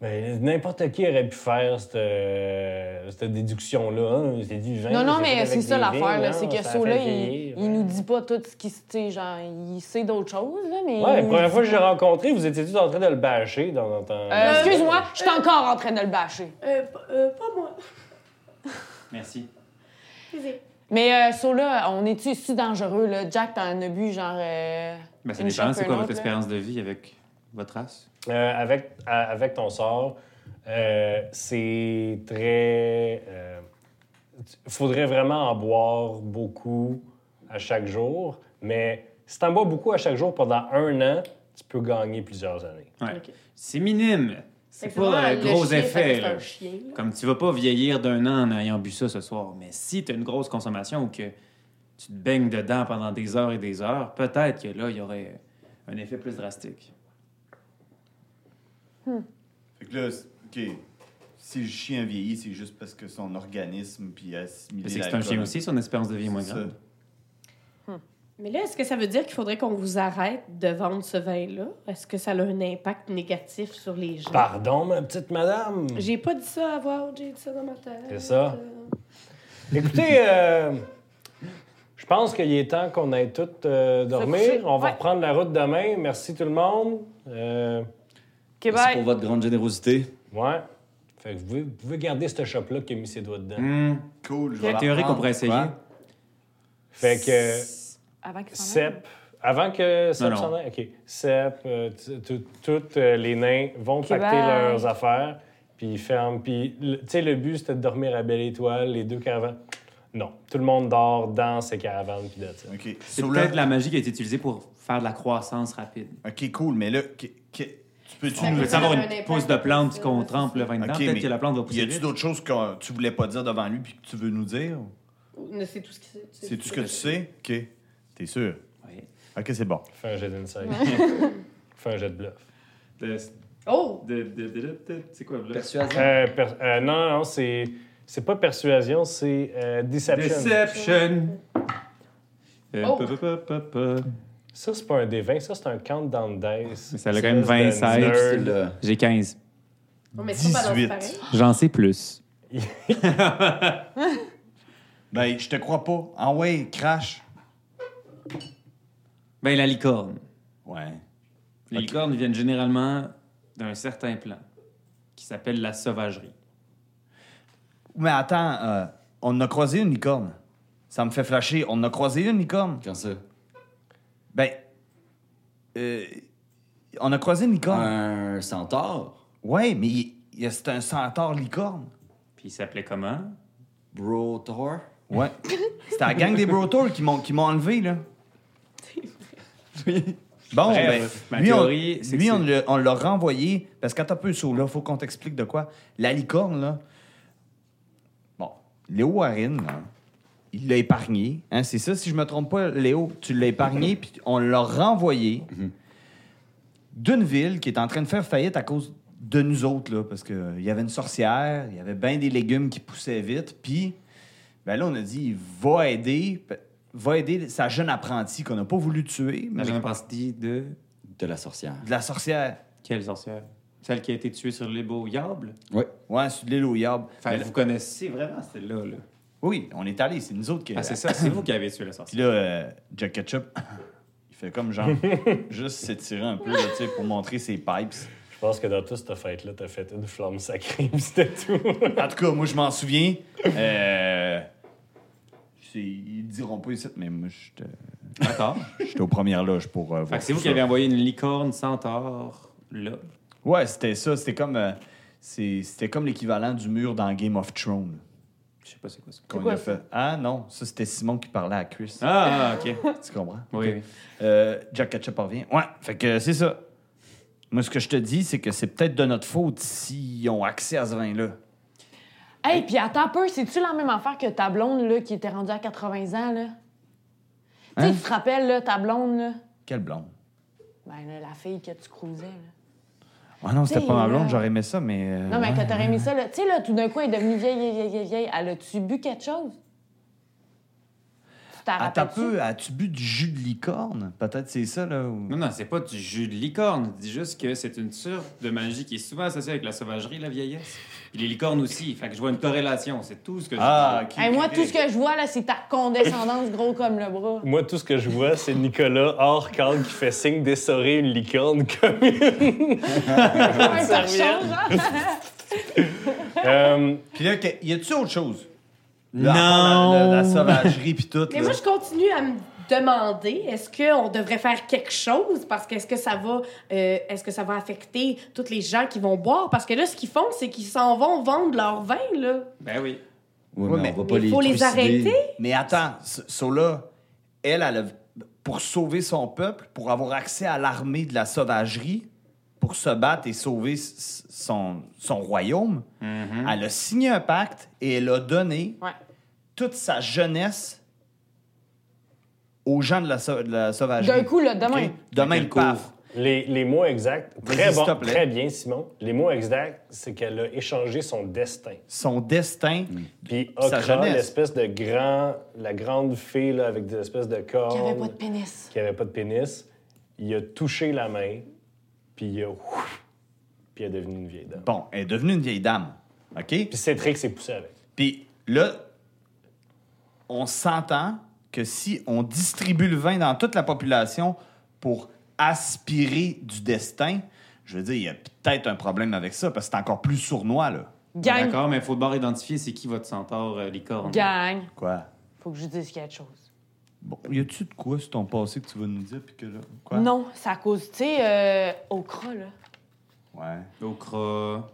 [SPEAKER 1] Mais Ben, n'importe qui aurait pu faire cette, euh, cette déduction-là. hein. C'est du vin.
[SPEAKER 4] Non, non,
[SPEAKER 1] fait
[SPEAKER 4] mais
[SPEAKER 1] avec
[SPEAKER 4] c'est
[SPEAKER 1] des
[SPEAKER 4] ça l'affaire,
[SPEAKER 1] vignes,
[SPEAKER 4] là.
[SPEAKER 1] hein,
[SPEAKER 4] C'est
[SPEAKER 1] ça
[SPEAKER 4] que Sola,
[SPEAKER 1] fait
[SPEAKER 4] il,
[SPEAKER 1] vieillir, hein.
[SPEAKER 4] il
[SPEAKER 1] ouais.
[SPEAKER 4] nous dit pas tout ce qui se. tu sais, genre, il sait d'autres choses, là, mais.
[SPEAKER 1] Ouais,
[SPEAKER 4] il
[SPEAKER 1] la
[SPEAKER 4] nous
[SPEAKER 1] première
[SPEAKER 4] dit
[SPEAKER 1] fois que je l'ai
[SPEAKER 4] pas.
[SPEAKER 1] rencontré, vous étiez tous en train de le bâcher dans dans- dans-
[SPEAKER 4] Euh, Excuse-moi, je suis encore en train de le bâcher.
[SPEAKER 3] Euh, p- euh, pas moi.
[SPEAKER 7] Merci.
[SPEAKER 3] Excusez.
[SPEAKER 4] Mais euh, Sola, on est-tu si dangereux, là? Jack, t'en as bu, genre. euh,
[SPEAKER 7] Ben, ça
[SPEAKER 4] une
[SPEAKER 7] dépend.
[SPEAKER 4] shot
[SPEAKER 7] C'est
[SPEAKER 4] un
[SPEAKER 7] quoi
[SPEAKER 4] autre, là?
[SPEAKER 7] votre expérience de vie avec votre race?
[SPEAKER 1] Euh, avec, à- avec ton sort, euh, c'est très. euh, tu- faudrait vraiment en boire beaucoup à chaque jour, mais si t'en bois beaucoup à chaque jour pendant un an, tu peux gagner plusieurs années.
[SPEAKER 7] Ouais.
[SPEAKER 3] Ok.
[SPEAKER 7] C'est minime.
[SPEAKER 3] Fait
[SPEAKER 7] C'est
[SPEAKER 3] que vraiment
[SPEAKER 7] pas un gros
[SPEAKER 3] le chien, fait
[SPEAKER 7] effet.
[SPEAKER 3] que c'est
[SPEAKER 7] là.
[SPEAKER 3] un chien, là.
[SPEAKER 7] Comme tu vas pas vieillir d'un an en ayant bu ça ce soir, mais si tu as une grosse consommation ou que tu te baignes dedans pendant des heures et des heures, peut-être que là, il y aurait un effet plus drastique.
[SPEAKER 5] Fait que là, c'est- OK. Si le chien vieillit, c'est juste parce que son organisme puis assimilé
[SPEAKER 7] C'est que c'est un chien aussi, son espérance de vie est moins grande.
[SPEAKER 3] Mais là, est-ce que ça veut dire qu'il faudrait qu'on vous arrête de vendre ce vin-là? Est-ce que ça a un impact négatif sur les gens?
[SPEAKER 5] Bah.
[SPEAKER 1] Pardon, ma petite madame!
[SPEAKER 3] J'ai pas dit ça à voix haute, j'ai dit ça dans ma tête.
[SPEAKER 1] C'est ça. Écoutez, euh, je pense qu'il est temps qu'on aille toutes euh,
[SPEAKER 4] coucher.
[SPEAKER 1] dormir. On va
[SPEAKER 4] Ouais.
[SPEAKER 1] reprendre la route demain. Merci tout le monde. Euh,
[SPEAKER 4] OK,
[SPEAKER 6] Merci
[SPEAKER 4] bye.
[SPEAKER 6] pour votre grande générosité.
[SPEAKER 1] ouais. Fait que vous, pouvez- vous pouvez garder ce shop-là qui a mis ses doigts dedans.
[SPEAKER 7] Hmm,
[SPEAKER 5] Cool, je vais
[SPEAKER 7] La
[SPEAKER 5] la
[SPEAKER 7] théorie qu'on
[SPEAKER 5] reprendre.
[SPEAKER 7] pourrait essayer.
[SPEAKER 5] Ouais.
[SPEAKER 1] Fait que.
[SPEAKER 4] Avant qu'il s'en aille.
[SPEAKER 1] Sep, avant que Sep
[SPEAKER 7] Non, non.
[SPEAKER 1] s'en aille, OK. Sep, euh, t- t- toutes euh, les nains vont
[SPEAKER 4] Ok,
[SPEAKER 1] pacter
[SPEAKER 4] bye.
[SPEAKER 1] leurs affaires, puis ils ferment. Puis, le- tu sais, le but, c'était de dormir à Belle Étoile, les deux caravanes. Non, tout le monde dort dans ces caravanes, puis that's it.
[SPEAKER 5] OK.
[SPEAKER 7] C'est
[SPEAKER 5] So là-
[SPEAKER 7] peut-être la magie qui a été utilisée pour faire de la croissance rapide.
[SPEAKER 5] OK, cool, mais là, que- que- tu peux-tu
[SPEAKER 3] Ça
[SPEAKER 5] nous...
[SPEAKER 3] peut
[SPEAKER 7] Tu
[SPEAKER 5] OK,
[SPEAKER 7] veux avoir
[SPEAKER 3] un
[SPEAKER 7] une
[SPEAKER 3] impact
[SPEAKER 7] pousse de plante
[SPEAKER 3] sur-
[SPEAKER 7] qu'on trempe le vin dedans, peut-être
[SPEAKER 5] mais
[SPEAKER 7] que la plante va pousser
[SPEAKER 5] Y a-tu
[SPEAKER 7] vite.
[SPEAKER 5] d'autres choses que tu voulais pas dire devant lui puis que tu veux nous dire?
[SPEAKER 3] Mais C'est tout ce qui
[SPEAKER 5] C'est tout ce que tu sais? OK. T'es sûr?
[SPEAKER 7] Ouais.
[SPEAKER 5] OK, c'est bon.
[SPEAKER 1] Fais un jet d'insight. Fais un jet de bluff.
[SPEAKER 3] Oh!
[SPEAKER 7] De- de- de- de- de- C'est quoi, là?
[SPEAKER 6] Persuasion.
[SPEAKER 1] Euh, per- euh, non, non, non, c'est... C'est pas persuasion, c'est euh, deception.
[SPEAKER 7] Deception! Euh,
[SPEAKER 3] Oh.
[SPEAKER 7] pa- pa- pa- pa- pa.
[SPEAKER 1] Ça, c'est pas un D20, ça, c'est un countdown dice.
[SPEAKER 7] Mais ça a quand
[SPEAKER 1] Espèce
[SPEAKER 7] même 20
[SPEAKER 1] de
[SPEAKER 7] size.
[SPEAKER 1] nerd.
[SPEAKER 6] C'est le-
[SPEAKER 7] J'ai 15.
[SPEAKER 3] On met ça balance
[SPEAKER 5] 18.
[SPEAKER 3] pareil.
[SPEAKER 7] J'en sais plus.
[SPEAKER 5] Ben, je te crois pas. Ah ouais, crash.
[SPEAKER 7] Ben, la licorne.
[SPEAKER 5] Ouais.
[SPEAKER 7] Les
[SPEAKER 5] Ok.
[SPEAKER 7] licornes viennent généralement d'un certain plan qui s'appelle la sauvagerie.
[SPEAKER 5] Mais attends, euh, on a croisé une licorne. Ça me fait flasher. On a croisé une licorne.
[SPEAKER 6] Quand ça?
[SPEAKER 5] Ben, euh, on a croisé une licorne.
[SPEAKER 6] Un centaure?
[SPEAKER 5] Ouais, mais il- il- c'est un centaure licorne.
[SPEAKER 7] Puis il s'appelait comment?
[SPEAKER 6] Brotor?
[SPEAKER 5] Ouais. C'était la gang des Brotours qui m'ont qui m'ont enlevé, là. Bon,
[SPEAKER 7] Bref,
[SPEAKER 5] ben,
[SPEAKER 7] ma
[SPEAKER 5] lui, on,
[SPEAKER 7] théorie, c'est que
[SPEAKER 5] lui,
[SPEAKER 7] c'est-
[SPEAKER 5] on le- on l'a renvoyé parce qu'attends un peu, Saul, là, faut qu'on t'explique de quoi. La licorne, là. Bon, Léo Warren, là, il l'a épargné. Hein, c'est ça, si je me trompe pas, Léo, tu l'as épargné, puis on l'a renvoyé d'une ville qui est en train de faire faillite à cause de nous autres, là, parce qu'il y avait une sorcière, il y avait bien des légumes qui poussaient vite, puis ben là, on a dit, va aider, va aider sa jeune apprentie qu'on n'a pas voulu tuer, mais
[SPEAKER 7] La jeune partie de
[SPEAKER 6] de la sorcière.
[SPEAKER 5] de la sorcière.
[SPEAKER 7] quelle sorcière? Celle qui a été tuée sur l'île au Yable?
[SPEAKER 6] Oui.
[SPEAKER 5] Ouais, sur l'île aux Yabs.
[SPEAKER 7] Fait que vous connaissez vraiment celle-là, là.
[SPEAKER 5] Oui, on est allé, c'est nous autres qui...
[SPEAKER 7] Ah, Ben, c'est ça, c'est vous qui avez tué la sorcière.
[SPEAKER 5] Puis là, euh, Jack Ketchup, il fait comme genre, juste s'étirer un peu, là, tu sais, pour montrer ses pipes.
[SPEAKER 1] Je pense que dans toute cette fête-là, t'as fait une flamme sacrée, puis c'était tout.
[SPEAKER 5] En tout cas, moi, je m'en souviens. Euh, c'est- ils diront pas ici, mais moi, j'étais-
[SPEAKER 7] D'accord.
[SPEAKER 5] j'étais aux premières loges pour euh, voir.
[SPEAKER 7] Fait que c'est vous
[SPEAKER 5] tout
[SPEAKER 7] qui
[SPEAKER 5] ça.
[SPEAKER 7] avez envoyé une licorne centaure là.
[SPEAKER 5] Ouais, c'était ça. C'était comme, euh, c'est- c'était comme l'équivalent du mur dans Game of Thrones
[SPEAKER 7] Je sais pas c'est quoi ça.
[SPEAKER 5] qu'on
[SPEAKER 4] quoi,
[SPEAKER 5] a fait. Ah non, ça, c'était Simon qui parlait à Chris.
[SPEAKER 7] Ah, ah, ok.
[SPEAKER 5] Tu comprends?
[SPEAKER 7] Oui. oui.
[SPEAKER 5] Euh, Jack Ketchup en revient. Ouais, fait que c'est ça. Moi, ce que je te dis, c'est que c'est peut-être de notre faute s'ils ont accès à ce vin-là.
[SPEAKER 4] Hey, puis attends un peu, c'est-tu la même affaire que ta blonde, là, qui était rendue à 80 ans, là? Tu
[SPEAKER 7] Hein?
[SPEAKER 4] sais, tu te rappelles, là, ta blonde, là?
[SPEAKER 5] Quelle blonde.
[SPEAKER 4] Ben, là, la fille que tu cruisais, là.
[SPEAKER 5] Ah non, c'était
[SPEAKER 4] T'sais,
[SPEAKER 5] pas ma blonde,
[SPEAKER 4] là.
[SPEAKER 5] j'aurais aimé ça, mais. euh,
[SPEAKER 4] Non, mais
[SPEAKER 5] ouais.
[SPEAKER 4] que t'aurais aimé ça, là. Tu sais, là, tout d'un coup, elle est devenue vieille, vieille, vieille, vieille, vieille. Elle a-tu bu quelque chose? Tu t'en
[SPEAKER 7] Ah,
[SPEAKER 5] Attends un
[SPEAKER 4] rappelles-tu?
[SPEAKER 5] peu, euh, as-tu bu du jus de licorne? Peut-être c'est ça, là. ou-
[SPEAKER 7] Non, non, c'est pas du jus de licorne. Dis juste que c'est une sorte de magie qui est souvent associée avec la sauvagerie, la vieillesse. Puis les licornes aussi. Fait que je vois une corrélation. C'est tout ce que je
[SPEAKER 5] Ah,
[SPEAKER 7] dis.
[SPEAKER 5] ok.
[SPEAKER 4] Hey, moi, tout ce que je vois, là, c'est ta condescendance gros comme le bras.
[SPEAKER 1] Moi, tout ce que je vois, c'est Nicolas hors cadre qui fait signe d'essorer une licorne comme une.
[SPEAKER 3] Ah,
[SPEAKER 4] Un par
[SPEAKER 1] serviette.
[SPEAKER 4] chose, hein?
[SPEAKER 1] Euh,
[SPEAKER 5] Puis là, que- y a-tu autre chose? La,
[SPEAKER 7] Non.
[SPEAKER 5] la- la sauvagerie, puis tout.
[SPEAKER 3] Mais
[SPEAKER 5] là.
[SPEAKER 3] moi, je continue à me demander est-ce qu'on devrait faire quelque chose parce que est-ce que ça va euh, est-ce que ça va affecter toutes les gens qui vont boire parce que là ce qu'ils font c'est qu'ils s'en vont vendre leur vin là
[SPEAKER 7] Ben oui.
[SPEAKER 6] Oui,
[SPEAKER 5] Ouais,
[SPEAKER 6] mais,
[SPEAKER 5] mais-
[SPEAKER 6] on va pas
[SPEAKER 3] il
[SPEAKER 6] les
[SPEAKER 3] faut les
[SPEAKER 6] trucider.
[SPEAKER 3] arrêter
[SPEAKER 5] Mais attends, S- Sola, elle, elle a- pour sauver son peuple, pour avoir accès à l'armée de la sauvagerie, pour se battre et sauver s- s- son, son royaume, elle a signé un pacte et elle a donné
[SPEAKER 4] Ouais.
[SPEAKER 5] toute sa jeunesse aux gens de la, sau- de la sauvagerie.
[SPEAKER 4] D'un coup, là, demain.
[SPEAKER 5] OK? Demain,
[SPEAKER 7] Quel
[SPEAKER 5] paf.
[SPEAKER 7] cours.
[SPEAKER 1] les, les mots exacts,
[SPEAKER 5] Vas-y,
[SPEAKER 1] très
[SPEAKER 5] s'il
[SPEAKER 1] bon,
[SPEAKER 5] te plaît.
[SPEAKER 1] très bien, Simon. Les mots exacts, c'est qu'elle a échangé son destin.
[SPEAKER 5] Son destin.
[SPEAKER 1] Puis
[SPEAKER 5] Sa
[SPEAKER 1] Okra,
[SPEAKER 5] jeunesse.
[SPEAKER 1] l'espèce de grand, la grande fée là, avec des espèces de cornes,
[SPEAKER 4] Qui avait pas de pénis.
[SPEAKER 1] qui avait pas de pénis, il a touché la main, puis il a ouf, puis elle est devenue une vieille dame.
[SPEAKER 5] Bon, elle est devenue une vieille dame. OK?
[SPEAKER 1] Puis Cétric s'est poussé avec.
[SPEAKER 5] Puis là, on s'entend que si on distribue le vin dans toute la population pour aspirer du destin, je veux dire, il y a peut-être un problème avec ça parce que c'est encore plus sournois, là.
[SPEAKER 4] Gang.
[SPEAKER 7] D'accord, mais il faut d'abord identifier c'est qui votre centaure euh, licorne.
[SPEAKER 4] Gang.
[SPEAKER 5] Quoi?
[SPEAKER 4] Faut que je dise quelque chose.
[SPEAKER 5] Bon, y a-tu de quoi sur ton passé que tu vas nous dire puis que là. Quoi?
[SPEAKER 4] Non, c'est à cause, tu sais, euh, au cra, là.
[SPEAKER 5] Ouais.
[SPEAKER 7] Okra.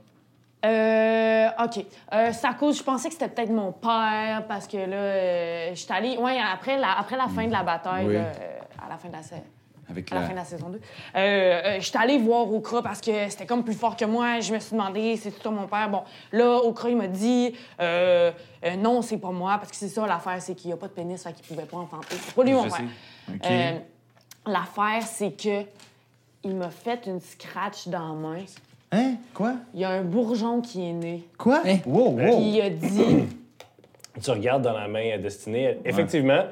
[SPEAKER 4] Euh, OK. Euh, c'est à cause, je pensais que c'était peut-être mon père, parce que là, euh, je suis allée, ouais, après la, après la fin de la bataille,
[SPEAKER 6] Oui.
[SPEAKER 4] là, euh, à la fin de la sa-
[SPEAKER 6] Avec
[SPEAKER 4] à la
[SPEAKER 6] la...
[SPEAKER 4] fin de la saison 2. Euh, euh, j'étais allée voir Okra parce que c'était comme plus fort que moi. Je me suis demandé, c'est tout mon père. Bon, là, Okra, il m'a dit, euh, euh, non, c'est pas moi, parce que c'est ça l'affaire, c'est qu'il n'y a pas de pénis, fait qu'il pouvait pas enfanter. C'est pas lui, mon
[SPEAKER 7] Je
[SPEAKER 4] père.
[SPEAKER 7] sais.
[SPEAKER 5] OK.
[SPEAKER 4] Euh, l'affaire, c'est que il m'a fait une scratch dans la main.
[SPEAKER 5] Hein? Quoi?
[SPEAKER 4] Il y a un bourgeon qui est né.
[SPEAKER 5] Quoi? Wow,
[SPEAKER 7] Oh.
[SPEAKER 5] wow.
[SPEAKER 4] Puis il a dit.
[SPEAKER 1] Tu regardes dans la main à destinée, elle- effectivement,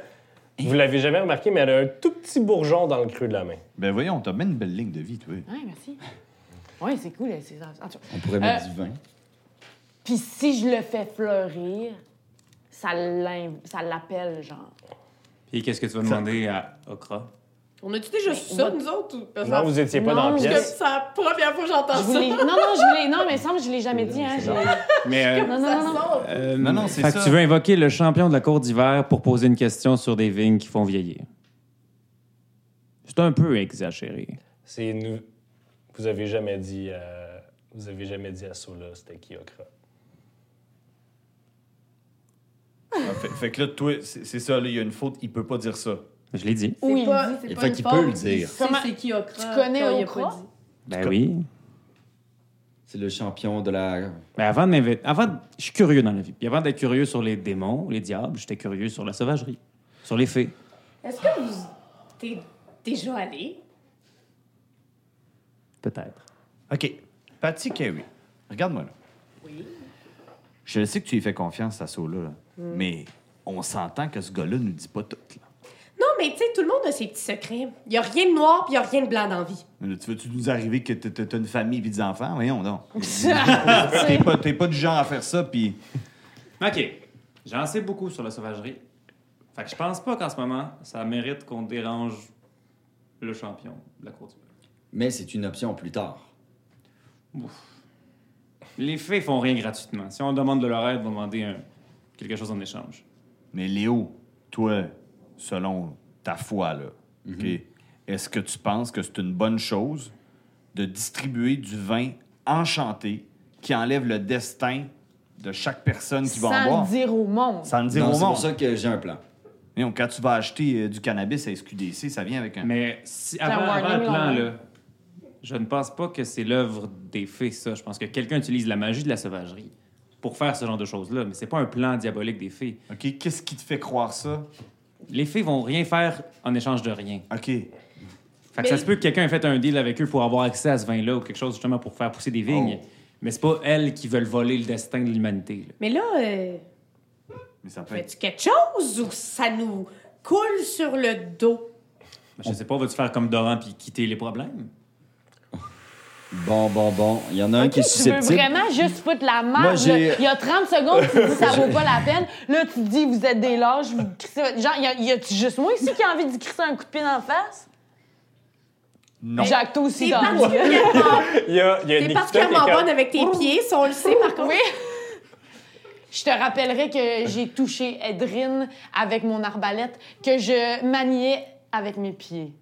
[SPEAKER 1] vous l'avez jamais remarqué, mais elle a un tout petit bourgeon dans le creux de la main.
[SPEAKER 5] Ben voyons, t'as même une belle ligne de vie, toi.
[SPEAKER 4] Ouais, merci. Ouais, c'est cool. c'est ça. En tout cas.
[SPEAKER 6] On pourrait
[SPEAKER 4] Euh.
[SPEAKER 6] mettre du vin.
[SPEAKER 4] Puis si je le fais fleurir, ça l'in- ça l'appelle, genre.
[SPEAKER 7] Puis qu'est-ce que tu vas demander à Okra?
[SPEAKER 3] Ben, on a-tu déjà su ça nous autres ou- parce
[SPEAKER 1] Non, vous étiez pas dans la
[SPEAKER 4] Non,
[SPEAKER 3] que
[SPEAKER 1] pièce.
[SPEAKER 3] c'est la première fois que j'entends
[SPEAKER 4] Je
[SPEAKER 3] ça
[SPEAKER 4] voulais... Non, non, je voulais. Non, mais il semble que je l'ai jamais dit, hein. je l'ai-
[SPEAKER 7] Mais. euh,
[SPEAKER 4] Non, non, non,
[SPEAKER 3] Ça
[SPEAKER 4] non.
[SPEAKER 3] sort.
[SPEAKER 7] euh,
[SPEAKER 5] Non, non, c'est
[SPEAKER 7] fait
[SPEAKER 5] ça.
[SPEAKER 7] que tu veux invoquer le champion de la cour d'hiver pour poser une question sur des vignes qui font vieillir. C'est un peu exagéré.
[SPEAKER 1] C'est nous. Vous avez jamais dit à... Vous avez jamais dit à Sola, c'était qui Okra.
[SPEAKER 5] Ah, fait, fait que là, toi, c'est c'est ça, là, il y a une faute, il peut pas dire ça.
[SPEAKER 7] Je l'ai dit.
[SPEAKER 3] C'est
[SPEAKER 4] Oui, il
[SPEAKER 3] pas-
[SPEAKER 4] dit.
[SPEAKER 3] c'est
[SPEAKER 6] Il
[SPEAKER 3] pas
[SPEAKER 6] fait
[SPEAKER 3] une
[SPEAKER 6] qu'il peut
[SPEAKER 3] faute.
[SPEAKER 6] le dire.
[SPEAKER 3] Il sait
[SPEAKER 4] Comment-
[SPEAKER 3] c'est qui Okra
[SPEAKER 4] Tu connais
[SPEAKER 3] quand il a
[SPEAKER 4] Okra?
[SPEAKER 3] pas dit.
[SPEAKER 7] Ben oui.
[SPEAKER 6] C'est le champion de la.
[SPEAKER 7] Mais Ben avant de m'inviter, avant, de- je suis curieux dans la vie. Puis avant d'être curieux sur les démons, les diables, j'étais curieux sur la sauvagerie, sur les fées.
[SPEAKER 3] Est-ce que vous. T'es déjà allé?
[SPEAKER 7] Peut-être.
[SPEAKER 5] OK. Patty Carey, regarde-moi là.
[SPEAKER 3] Oui.
[SPEAKER 5] Je le sais que tu lui fais confiance à ce là mais on s'entend que ce gars-là nous dit pas tout. Là.
[SPEAKER 3] Non, mais tu sais, tout le monde a ses petits secrets. Il a rien de noir puis il a rien de blanc dans la vie.
[SPEAKER 5] Là, tu veux-tu nous arriver que t'as- t'as t'as une famille puis des enfants? Voyons donc.
[SPEAKER 4] C'est-
[SPEAKER 5] T'es pas, t'es pas du genre à faire ça, puis...
[SPEAKER 7] OK. J'en sais beaucoup sur la sauvagerie. Fait que je pense pas qu'en ce moment, ça mérite qu'on dérange le champion de la cour du peuple.
[SPEAKER 6] Mais c'est une option plus tard.
[SPEAKER 7] Les fées font rien gratuitement. Si on demande de leur aide, on va demander un- quelque chose en échange.
[SPEAKER 5] Mais Léo, toi, selon ta foi, là, OK, est-ce que tu penses que c'est une bonne chose de distribuer du vin enchanté qui enlève le destin de chaque personne qui va en
[SPEAKER 4] Sans
[SPEAKER 5] boire?
[SPEAKER 4] le dire au monde.
[SPEAKER 5] Sans le dire
[SPEAKER 6] Non,
[SPEAKER 5] au
[SPEAKER 6] c'est
[SPEAKER 5] monde.
[SPEAKER 6] pour ça que j'ai un plan.
[SPEAKER 5] Mais donc, quand tu vas acheter euh, du cannabis à SQDC, ça vient avec un...
[SPEAKER 7] Mais si,
[SPEAKER 4] un
[SPEAKER 7] avant, avant le
[SPEAKER 4] warning,
[SPEAKER 7] plan,
[SPEAKER 4] là.
[SPEAKER 7] là, je ne pense pas que c'est l'œuvre des fées, ça. Je pense que quelqu'un utilise la magie de la sauvagerie pour faire ce genre de choses-là. Mais c'est pas un plan diabolique des fées.
[SPEAKER 5] OK, qu'est-ce qui te fait croire ça?
[SPEAKER 7] Les fées vont rien faire en échange de rien.
[SPEAKER 5] OK.
[SPEAKER 7] Fait que ça se peut que quelqu'un ait fait un deal avec eux pour avoir accès à ce vin-là ou quelque chose justement pour faire pousser des vignes.
[SPEAKER 4] Oh.
[SPEAKER 7] Mais c'est pas elles qui veulent voler le destin de l'humanité. là.
[SPEAKER 3] Mais là, euh,
[SPEAKER 5] Mais ça peut être...
[SPEAKER 3] fais-tu quelque chose ou ça nous coule sur le dos?
[SPEAKER 7] Mais Je sais pas, vas-tu faire comme Doran puis quitter les problèmes?
[SPEAKER 6] Bon, bon, bon. Il y en a un qui est
[SPEAKER 4] Tu veux
[SPEAKER 6] susceptible.
[SPEAKER 4] vraiment juste foutre la
[SPEAKER 6] Moi,
[SPEAKER 4] marge.
[SPEAKER 6] j'ai-
[SPEAKER 4] là. Il y a 30 secondes, tu dis ça vaut pas la peine. Là, tu dis vous êtes des lâches. Vous... crissez votre- Genre, y a- y a-tu juste moi ici qui a envie d'y crisser un coup de pied en face?
[SPEAKER 5] Non.
[SPEAKER 4] Jacques, toi aussi,
[SPEAKER 3] T'es
[SPEAKER 4] dans le jeu.
[SPEAKER 3] particulièrement,
[SPEAKER 1] Il y a, il y a
[SPEAKER 3] t'es
[SPEAKER 1] Nikita
[SPEAKER 3] particulièrement
[SPEAKER 1] qui est
[SPEAKER 3] bonne avec tes pieds, ça on le sait par contre.
[SPEAKER 4] Oui. Je te rappellerai que j'ai touché Edrine avec mon arbalète que je maniais avec mes pieds.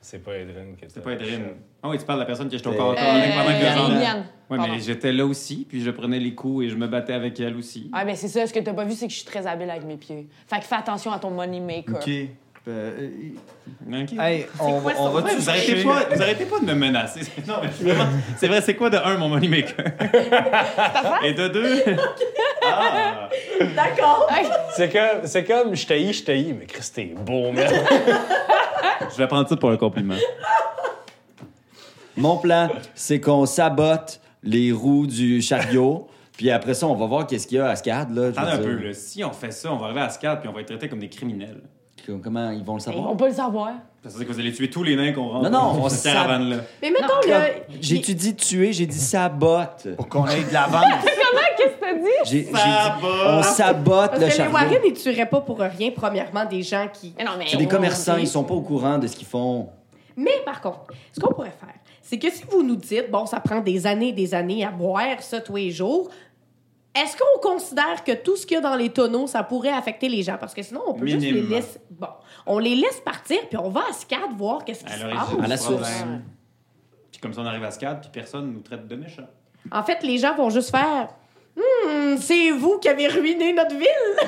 [SPEAKER 1] C'est pas Edrine qui est
[SPEAKER 7] C'est pas Edrine. Ah oui, tu parles de la personne qui est au
[SPEAKER 6] Euh,
[SPEAKER 7] corps
[SPEAKER 4] Euh,
[SPEAKER 7] avec pendant deux ans.
[SPEAKER 4] Eliane.
[SPEAKER 7] Oui,
[SPEAKER 4] Pardon.
[SPEAKER 7] mais j'étais là aussi, puis je prenais les coups et je me battais avec elle aussi.
[SPEAKER 4] Ouais, ben c'est ça. Ce que t'as pas vu, c'est que je suis très habile avec mes pieds. Fait que fais attention à ton money maker.
[SPEAKER 5] OK. Euh, euh,
[SPEAKER 7] Ok.
[SPEAKER 5] hey, on,
[SPEAKER 3] quoi,
[SPEAKER 5] on
[SPEAKER 3] ça?
[SPEAKER 5] va-tu
[SPEAKER 7] Euh, Ouais, vous,
[SPEAKER 5] se
[SPEAKER 7] arrêtez
[SPEAKER 5] coucher?
[SPEAKER 7] pas, vous arrêtez pas de me menacer. Non, mais vraiment, c'est vrai, c'est quoi de un, mon moneymaker? et de deux,
[SPEAKER 3] D'accord.
[SPEAKER 4] Hey,
[SPEAKER 1] C'est comme, c'est comme je t'haïs, je t'haïs, mais Chris, t'es beau, man.
[SPEAKER 7] je vais prendre ça pour un compliment.
[SPEAKER 6] Mon plan, c'est qu'on sabote les roues du chariot. puis après ça, on va voir qu'est-ce qu'il y a à Scad. Là, je
[SPEAKER 7] Attendez un
[SPEAKER 6] veux
[SPEAKER 7] peu,
[SPEAKER 6] dire.
[SPEAKER 7] là. si on fait ça, on va arriver à Scalp puis on va être traité comme des criminels.
[SPEAKER 6] Com- Comment ils vont le savoir?
[SPEAKER 4] on peut le savoir.
[SPEAKER 7] Ça veut dire que vous allez tuer tous les nains qu'on rentre.
[SPEAKER 6] Non, non,
[SPEAKER 7] dans
[SPEAKER 6] on
[SPEAKER 7] cette
[SPEAKER 6] sab-
[SPEAKER 7] caravane-là.
[SPEAKER 3] Mais mettons là.
[SPEAKER 6] J'ai-tu dit tuer? J'ai dit sabote.
[SPEAKER 5] Pour qu'on ait de l'avance.
[SPEAKER 4] Qu'est-ce que t'as dit?
[SPEAKER 6] J'ai- j'ai dit- on sabote
[SPEAKER 3] Parce
[SPEAKER 6] le
[SPEAKER 3] que les Warren,
[SPEAKER 6] chariot.
[SPEAKER 3] ils tueraient pas pour rien, premièrement, des gens qui.
[SPEAKER 4] Mais non, mais.
[SPEAKER 6] C'est des commerçants, ils sont pas au courant de ce qu'ils font.
[SPEAKER 3] Mais par contre, ce qu'on pourrait faire, c'est que si vous nous dites, bon, ça prend des années et des années à boire ça tous les jours, est-ce qu'on considère que tout ce qu'il y a dans les tonneaux, ça pourrait affecter les gens? Parce que sinon, on peut juste les
[SPEAKER 7] Minimum.
[SPEAKER 3] laisser. Bon, on les laisse partir, puis on va à Scad voir qu'est-ce qui
[SPEAKER 7] À
[SPEAKER 3] se
[SPEAKER 7] l'origine
[SPEAKER 3] passe.
[SPEAKER 6] À la
[SPEAKER 7] du
[SPEAKER 6] source.
[SPEAKER 7] problème. Puis comme ça, on arrive à Scad, puis personne nous traite de méchants.
[SPEAKER 3] En fait, les gens vont juste faire. Hmm, c'est vous qui avez ruiné notre ville!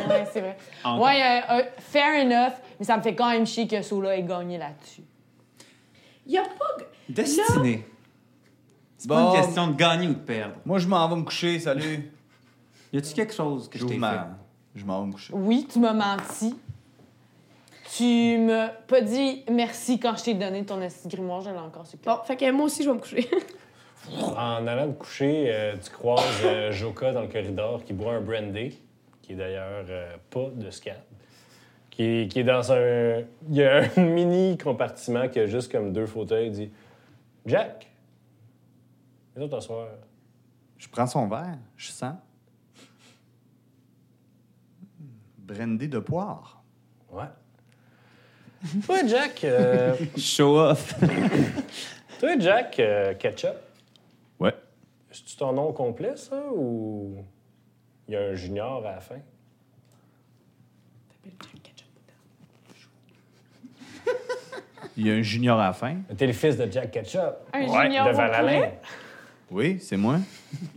[SPEAKER 4] Ouais, c'est vrai.
[SPEAKER 7] Encore.
[SPEAKER 4] Ouais, euh, euh, fair enough, mais ça me fait quand même chier que Sola ait gagné là-dessus.
[SPEAKER 3] Il y a pas.
[SPEAKER 7] Destiné. C'est
[SPEAKER 5] Bon.
[SPEAKER 7] pas une question de gagner ou de perdre.
[SPEAKER 5] Moi, je m'en vais me coucher, salut.
[SPEAKER 7] Y a-tu quelque chose que je
[SPEAKER 5] J'ouvre
[SPEAKER 7] t'ai
[SPEAKER 5] ma-
[SPEAKER 7] fait?
[SPEAKER 5] Je m'en vais me coucher.
[SPEAKER 4] Oui, tu m'as menti. Tu m'as pas dit merci quand je t'ai donné ton esti de grimoire, je l'ai encore sur le
[SPEAKER 3] Bon, fait que moi aussi, je vais me coucher.
[SPEAKER 1] En allant te coucher, euh, tu croises euh, Joka dans le corridor qui boit un brandy, qui est d'ailleurs euh, pas de Scad. Qui, qui est dans un. Il y a un mini compartiment qui a juste comme deux fauteuils. Il dit Jack, viens t'asseoir.
[SPEAKER 5] Je prends son verre, je sens. Brandy de poire.
[SPEAKER 1] Ouais. Toi, Jack, euh,
[SPEAKER 7] Show off.
[SPEAKER 1] toi, Jack, euh, Ketchup,
[SPEAKER 5] Ouais.
[SPEAKER 1] c'est-tu ton nom complet, ça, ou. Il y a un junior à la fin?
[SPEAKER 5] Il y a un junior à la fin.
[SPEAKER 1] T'es le fils de Jack Ketchup.
[SPEAKER 4] Un junior
[SPEAKER 1] De
[SPEAKER 4] au
[SPEAKER 1] Valalain.
[SPEAKER 4] poulet?
[SPEAKER 5] Oui, c'est moi.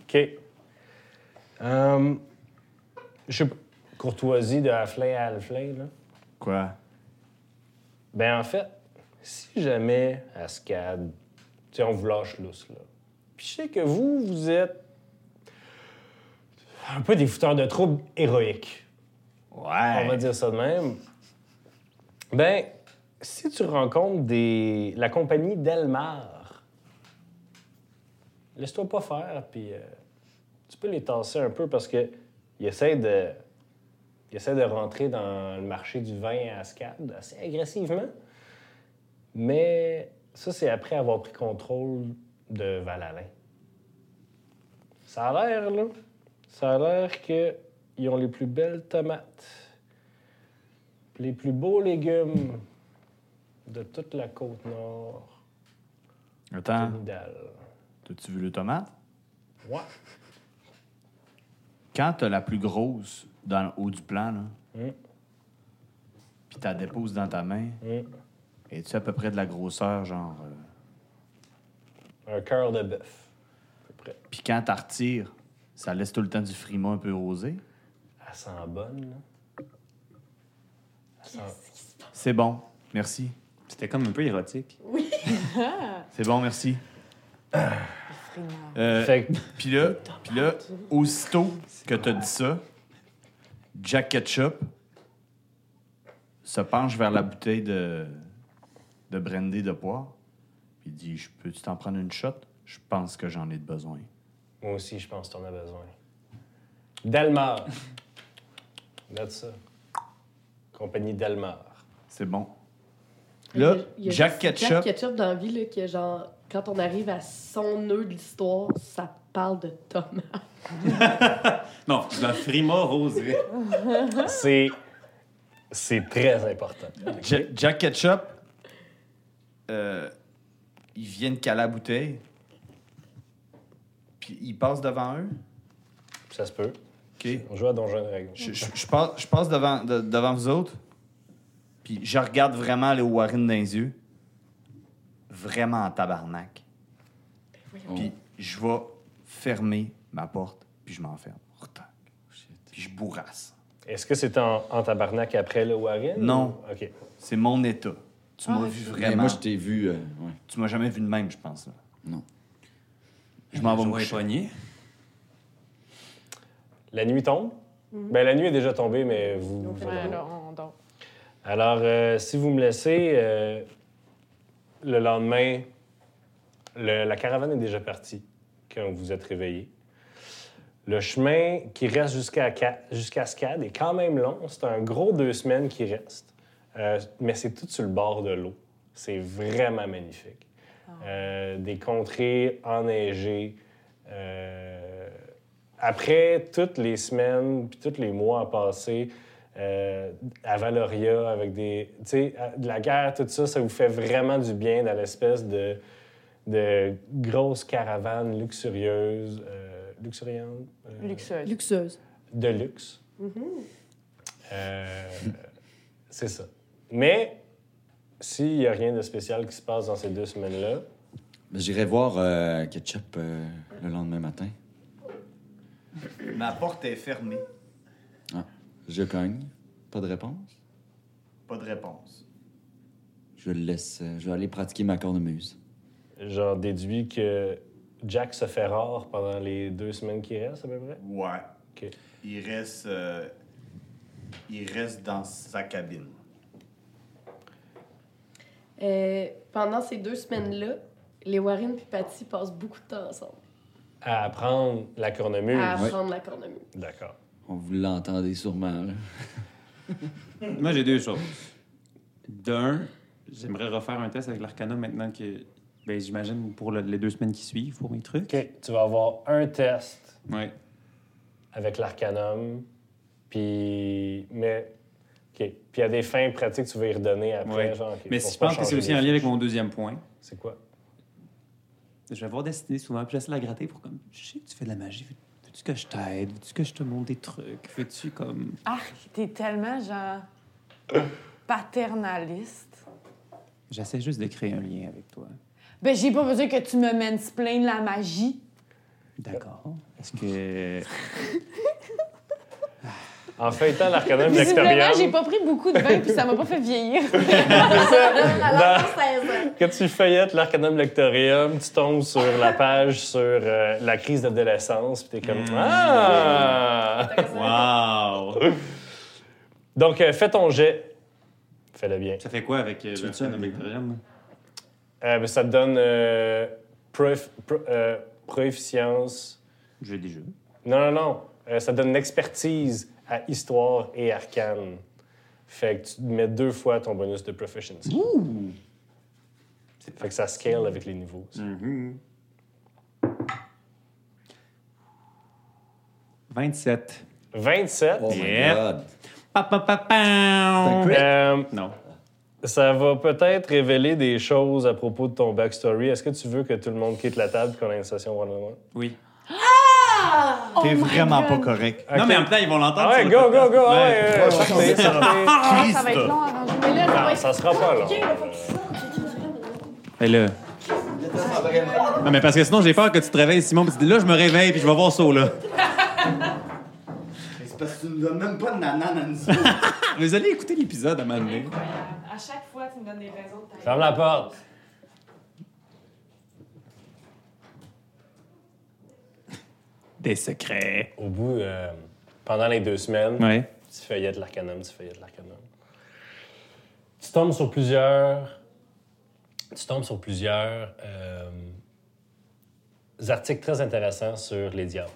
[SPEAKER 1] OK. Euh, je sais pas, courtoisie de Halflay à Halflay, là.
[SPEAKER 5] Quoi?
[SPEAKER 1] Ben, en fait, si jamais à SCAD, tu sais, on vous lâche lousse, là. Puis je sais que vous, vous êtes un peu des fouteurs de troubles héroïques.
[SPEAKER 5] Ouais.
[SPEAKER 1] On va dire ça de même. Ben, si tu rencontres des... la compagnie Delmar, laisse-toi pas faire, puis euh, tu peux les tasser un peu parce que ils essaient de. ils essaient de rentrer dans le marché du vin à Ascad assez agressivement. Mais ça, c'est après avoir pris contrôle de Valalin. Ça a l'air, là. Ça a l'air qu'ils ont les plus belles tomates, puis les plus beaux légumes de toute la côte nord
[SPEAKER 5] Attends,
[SPEAKER 1] Nidal.
[SPEAKER 5] t'as-tu vu le tomate?
[SPEAKER 1] Ouais.
[SPEAKER 5] Quand t'as la plus grosse dans le haut du plan, là,
[SPEAKER 1] Mm.
[SPEAKER 5] puis t'as dépose dans ta main,
[SPEAKER 1] Mm.
[SPEAKER 5] es-tu à peu près de la grosseur, genre... euh,
[SPEAKER 1] Un cœur de bœuf, à peu près.
[SPEAKER 5] Puis quand t'as retires, ça laisse tout le temps du frima un peu rosé.
[SPEAKER 1] Elle sent bonne, là. Elle sent-
[SPEAKER 5] C'est bon, merci.
[SPEAKER 7] C'était comme un peu érotique.
[SPEAKER 5] C'est bon, merci.
[SPEAKER 4] Frimeur.
[SPEAKER 5] Euh,
[SPEAKER 1] Fait que-
[SPEAKER 5] Puis là, puis là, aussitôt que t'as dit ça, Jack Ketchup se penche vers la bouteille de, de brandy de poire. Puis il dit Je peux-tu t'en prendre une shot Je pense que j'en ai de besoin.
[SPEAKER 1] Moi aussi, je pense que t'en as besoin. Dalmar. Note ça. Compagnie Dalmar.
[SPEAKER 5] C'est bon.
[SPEAKER 3] Il y a-
[SPEAKER 5] Là,
[SPEAKER 3] il y a
[SPEAKER 5] Jack
[SPEAKER 3] juste
[SPEAKER 5] Ketchup.
[SPEAKER 3] Jack Ketchup dans la vie, là, que genre, quand on arrive à son nœud de l'histoire, ça parle de Thomas.
[SPEAKER 7] Non, la frima rosée.
[SPEAKER 1] C'est. C'est très important.
[SPEAKER 5] Ja- Jack Ketchup, euh, il vient de caler la bouteille. Puis il passe devant eux.
[SPEAKER 1] Ça se peut.
[SPEAKER 5] OK.
[SPEAKER 1] On joue à Donjon Dragon.
[SPEAKER 5] Je, je- je passe, je passe devant, de- devant vous autres, puis je regarde vraiment les Warren dans les yeux. Vraiment en tabarnak. Puis je vais fermer ma porte, puis je m'enferme. Retac. Puis je bourrasse.
[SPEAKER 1] Est-ce que c'est en, en tabarnak après le Warren?
[SPEAKER 5] Non.
[SPEAKER 1] ou- OK.
[SPEAKER 5] C'est mon état. Tu m'as vu
[SPEAKER 6] Mais
[SPEAKER 5] vraiment.
[SPEAKER 6] moi, je t'ai vu. euh, ouais.
[SPEAKER 5] Tu m'as jamais vu de même, je pense. là.
[SPEAKER 6] Non.
[SPEAKER 5] Je m'en vais me
[SPEAKER 7] Joie
[SPEAKER 5] coucher.
[SPEAKER 7] poignée.
[SPEAKER 1] La nuit tombe? Ben, la nuit est déjà tombée, mais vous. vous
[SPEAKER 4] Ouais,
[SPEAKER 1] endormez.
[SPEAKER 4] là, on dort.
[SPEAKER 1] Alors, euh, si vous me laissez, euh, le lendemain, le- la caravane est déjà partie quand vous êtes réveillé. Le chemin qui reste jusqu'à Ca- jusqu'à Scad est quand même long. C'est un gros deux semaines qui reste. Euh, mais c'est tout sur le bord de l'eau. C'est vraiment magnifique. Euh, des contrées enneigées. Euh, après toutes les semaines, puis tous les mois à passer euh, à Valoria avec des. Tu sais, à- de la guerre, tout ça, ça vous fait vraiment du bien dans l'espèce de, de grosse caravane luxurieuse, euh, luxuriante, euh,
[SPEAKER 4] Luxueuse.
[SPEAKER 3] Luxueuse.
[SPEAKER 1] de luxe. Euh, c'est ça. Mais s'il n'y a rien de spécial qui se passe dans ces deux semaines-là,
[SPEAKER 6] Ben, J'irai voir euh, Ketchup euh, le lendemain matin.
[SPEAKER 5] Ma porte est fermée.
[SPEAKER 6] Ah, je cogne. Pas de réponse.
[SPEAKER 5] Pas de réponse.
[SPEAKER 6] Je le laisse. euh, je vais aller pratiquer ma cornemuse.
[SPEAKER 1] j'en déduis que Jack se fait rare pendant les deux semaines qui restent, à peu près.
[SPEAKER 5] Ouais.
[SPEAKER 1] OK.
[SPEAKER 5] Il reste. euh, il reste dans sa cabine.
[SPEAKER 3] Euh, pendant ces deux semaines-là, les Warren puis Patty passent beaucoup de temps ensemble
[SPEAKER 1] À apprendre la cornemuse.
[SPEAKER 4] Ah,
[SPEAKER 3] à apprendre la cornemuse.
[SPEAKER 1] D'accord.
[SPEAKER 6] On vous l'entendez sûrement, là.
[SPEAKER 7] Moi, j'ai deux choses. D'un, j'aimerais refaire un test avec l'Arcana maintenant que, ben, j'imagine, pour le- les deux semaines qui suivent, pour mes trucs.
[SPEAKER 1] OK. Tu vas avoir un test
[SPEAKER 7] Ouais.
[SPEAKER 1] avec l'arcanum, puis. Mais. OK. Puis à des fins pratiques, tu vas y redonner après.
[SPEAKER 7] Ouais.
[SPEAKER 1] genre, OK,
[SPEAKER 7] Mais
[SPEAKER 1] pour
[SPEAKER 7] si je
[SPEAKER 1] pas
[SPEAKER 7] pense que c'est
[SPEAKER 1] changer
[SPEAKER 7] aussi
[SPEAKER 1] les
[SPEAKER 7] en lien avec
[SPEAKER 1] fiches.
[SPEAKER 7] mon deuxième point.
[SPEAKER 1] C'est quoi?
[SPEAKER 7] Je vais voir dessiner souvent, puis j'essaie de la gratter pour comme, je sais que tu fais de la magie, veux- veux-tu que je t'aide? Veux-tu que je te montre des trucs? Veux-tu comme...
[SPEAKER 4] Arc, Ah, t'es tellement genre paternaliste.
[SPEAKER 7] J'essaie juste de créer un lien avec toi.
[SPEAKER 4] Ben, j'ai pas besoin que tu me mansplaines la magie.
[SPEAKER 7] D'accord. Est-ce que...
[SPEAKER 1] En feuilletant l'arcanum
[SPEAKER 4] Visiblement, j'ai
[SPEAKER 1] d'Actorium,
[SPEAKER 4] pas pris beaucoup de vin puis ça m'a pas fait vieillir.
[SPEAKER 3] Alors,
[SPEAKER 1] Dans-
[SPEAKER 3] 16 ans.
[SPEAKER 1] quand tu feuillettes l'arcanum lectorium, tu tombes sur la page sur euh, la crise d'adolescence, puis t'es comme
[SPEAKER 7] Mm.
[SPEAKER 1] Ah!
[SPEAKER 2] Wow!
[SPEAKER 1] Donc, euh, fais ton jet. Fais-le bien.
[SPEAKER 7] Ça fait quoi avec euh, le film de Victorium?
[SPEAKER 1] Euh, ben, ça te donne euh, prof- pro- euh, proficience.
[SPEAKER 7] Je l'ai déjà.
[SPEAKER 1] Non, non, non. Euh, ça te donne une expertise à histoire et arcane. Fait que tu mets deux fois ton bonus de proficiency. Fait que ça scale avec les niveaux. ça.
[SPEAKER 7] 27.
[SPEAKER 1] 27.
[SPEAKER 6] Oh
[SPEAKER 7] Yep.
[SPEAKER 6] my God.
[SPEAKER 7] Pa, pa, pa, pa.
[SPEAKER 1] Euh,
[SPEAKER 7] Non.
[SPEAKER 1] ça va peut-être révéler des choses à propos de ton backstory. Est-ce que tu veux que tout le monde quitte la table qu'on ait une session one-on-one?
[SPEAKER 7] Oui.
[SPEAKER 5] T'es vraiment pas correct.
[SPEAKER 7] Non, mais en même temps, ils vont
[SPEAKER 1] Ah
[SPEAKER 7] l'entendre.
[SPEAKER 1] ouais,
[SPEAKER 7] sur le
[SPEAKER 1] go,
[SPEAKER 7] podcast.
[SPEAKER 1] go, go! Ah ouais,
[SPEAKER 5] Ouais.
[SPEAKER 1] euh, sortez, sortez.
[SPEAKER 4] Ah, ça va être long à ranger. Mais là,
[SPEAKER 1] Non, ça sera pas long.
[SPEAKER 7] Mais là. Non, mais parce que sinon, j'ai peur que tu te réveilles, Simon, puis tu dis là, je me réveille, puis je vais voir ça, là.
[SPEAKER 5] C'est parce que tu nous donnes même pas de nanan à nous.
[SPEAKER 7] Vous allez écouter l'épisode à un moment donné.
[SPEAKER 4] à chaque fois, tu me donnes des raisons de
[SPEAKER 1] Ferme la porte.
[SPEAKER 7] Des secrets.
[SPEAKER 1] Au bout, euh, pendant les deux semaines,
[SPEAKER 7] Eh, Ouais.
[SPEAKER 1] tu feuillettes l'arcanum, tu feuillettes l'arcanum. Tu tombes sur plusieurs. Tu tombes sur plusieurs euh, articles très intéressants sur les diables.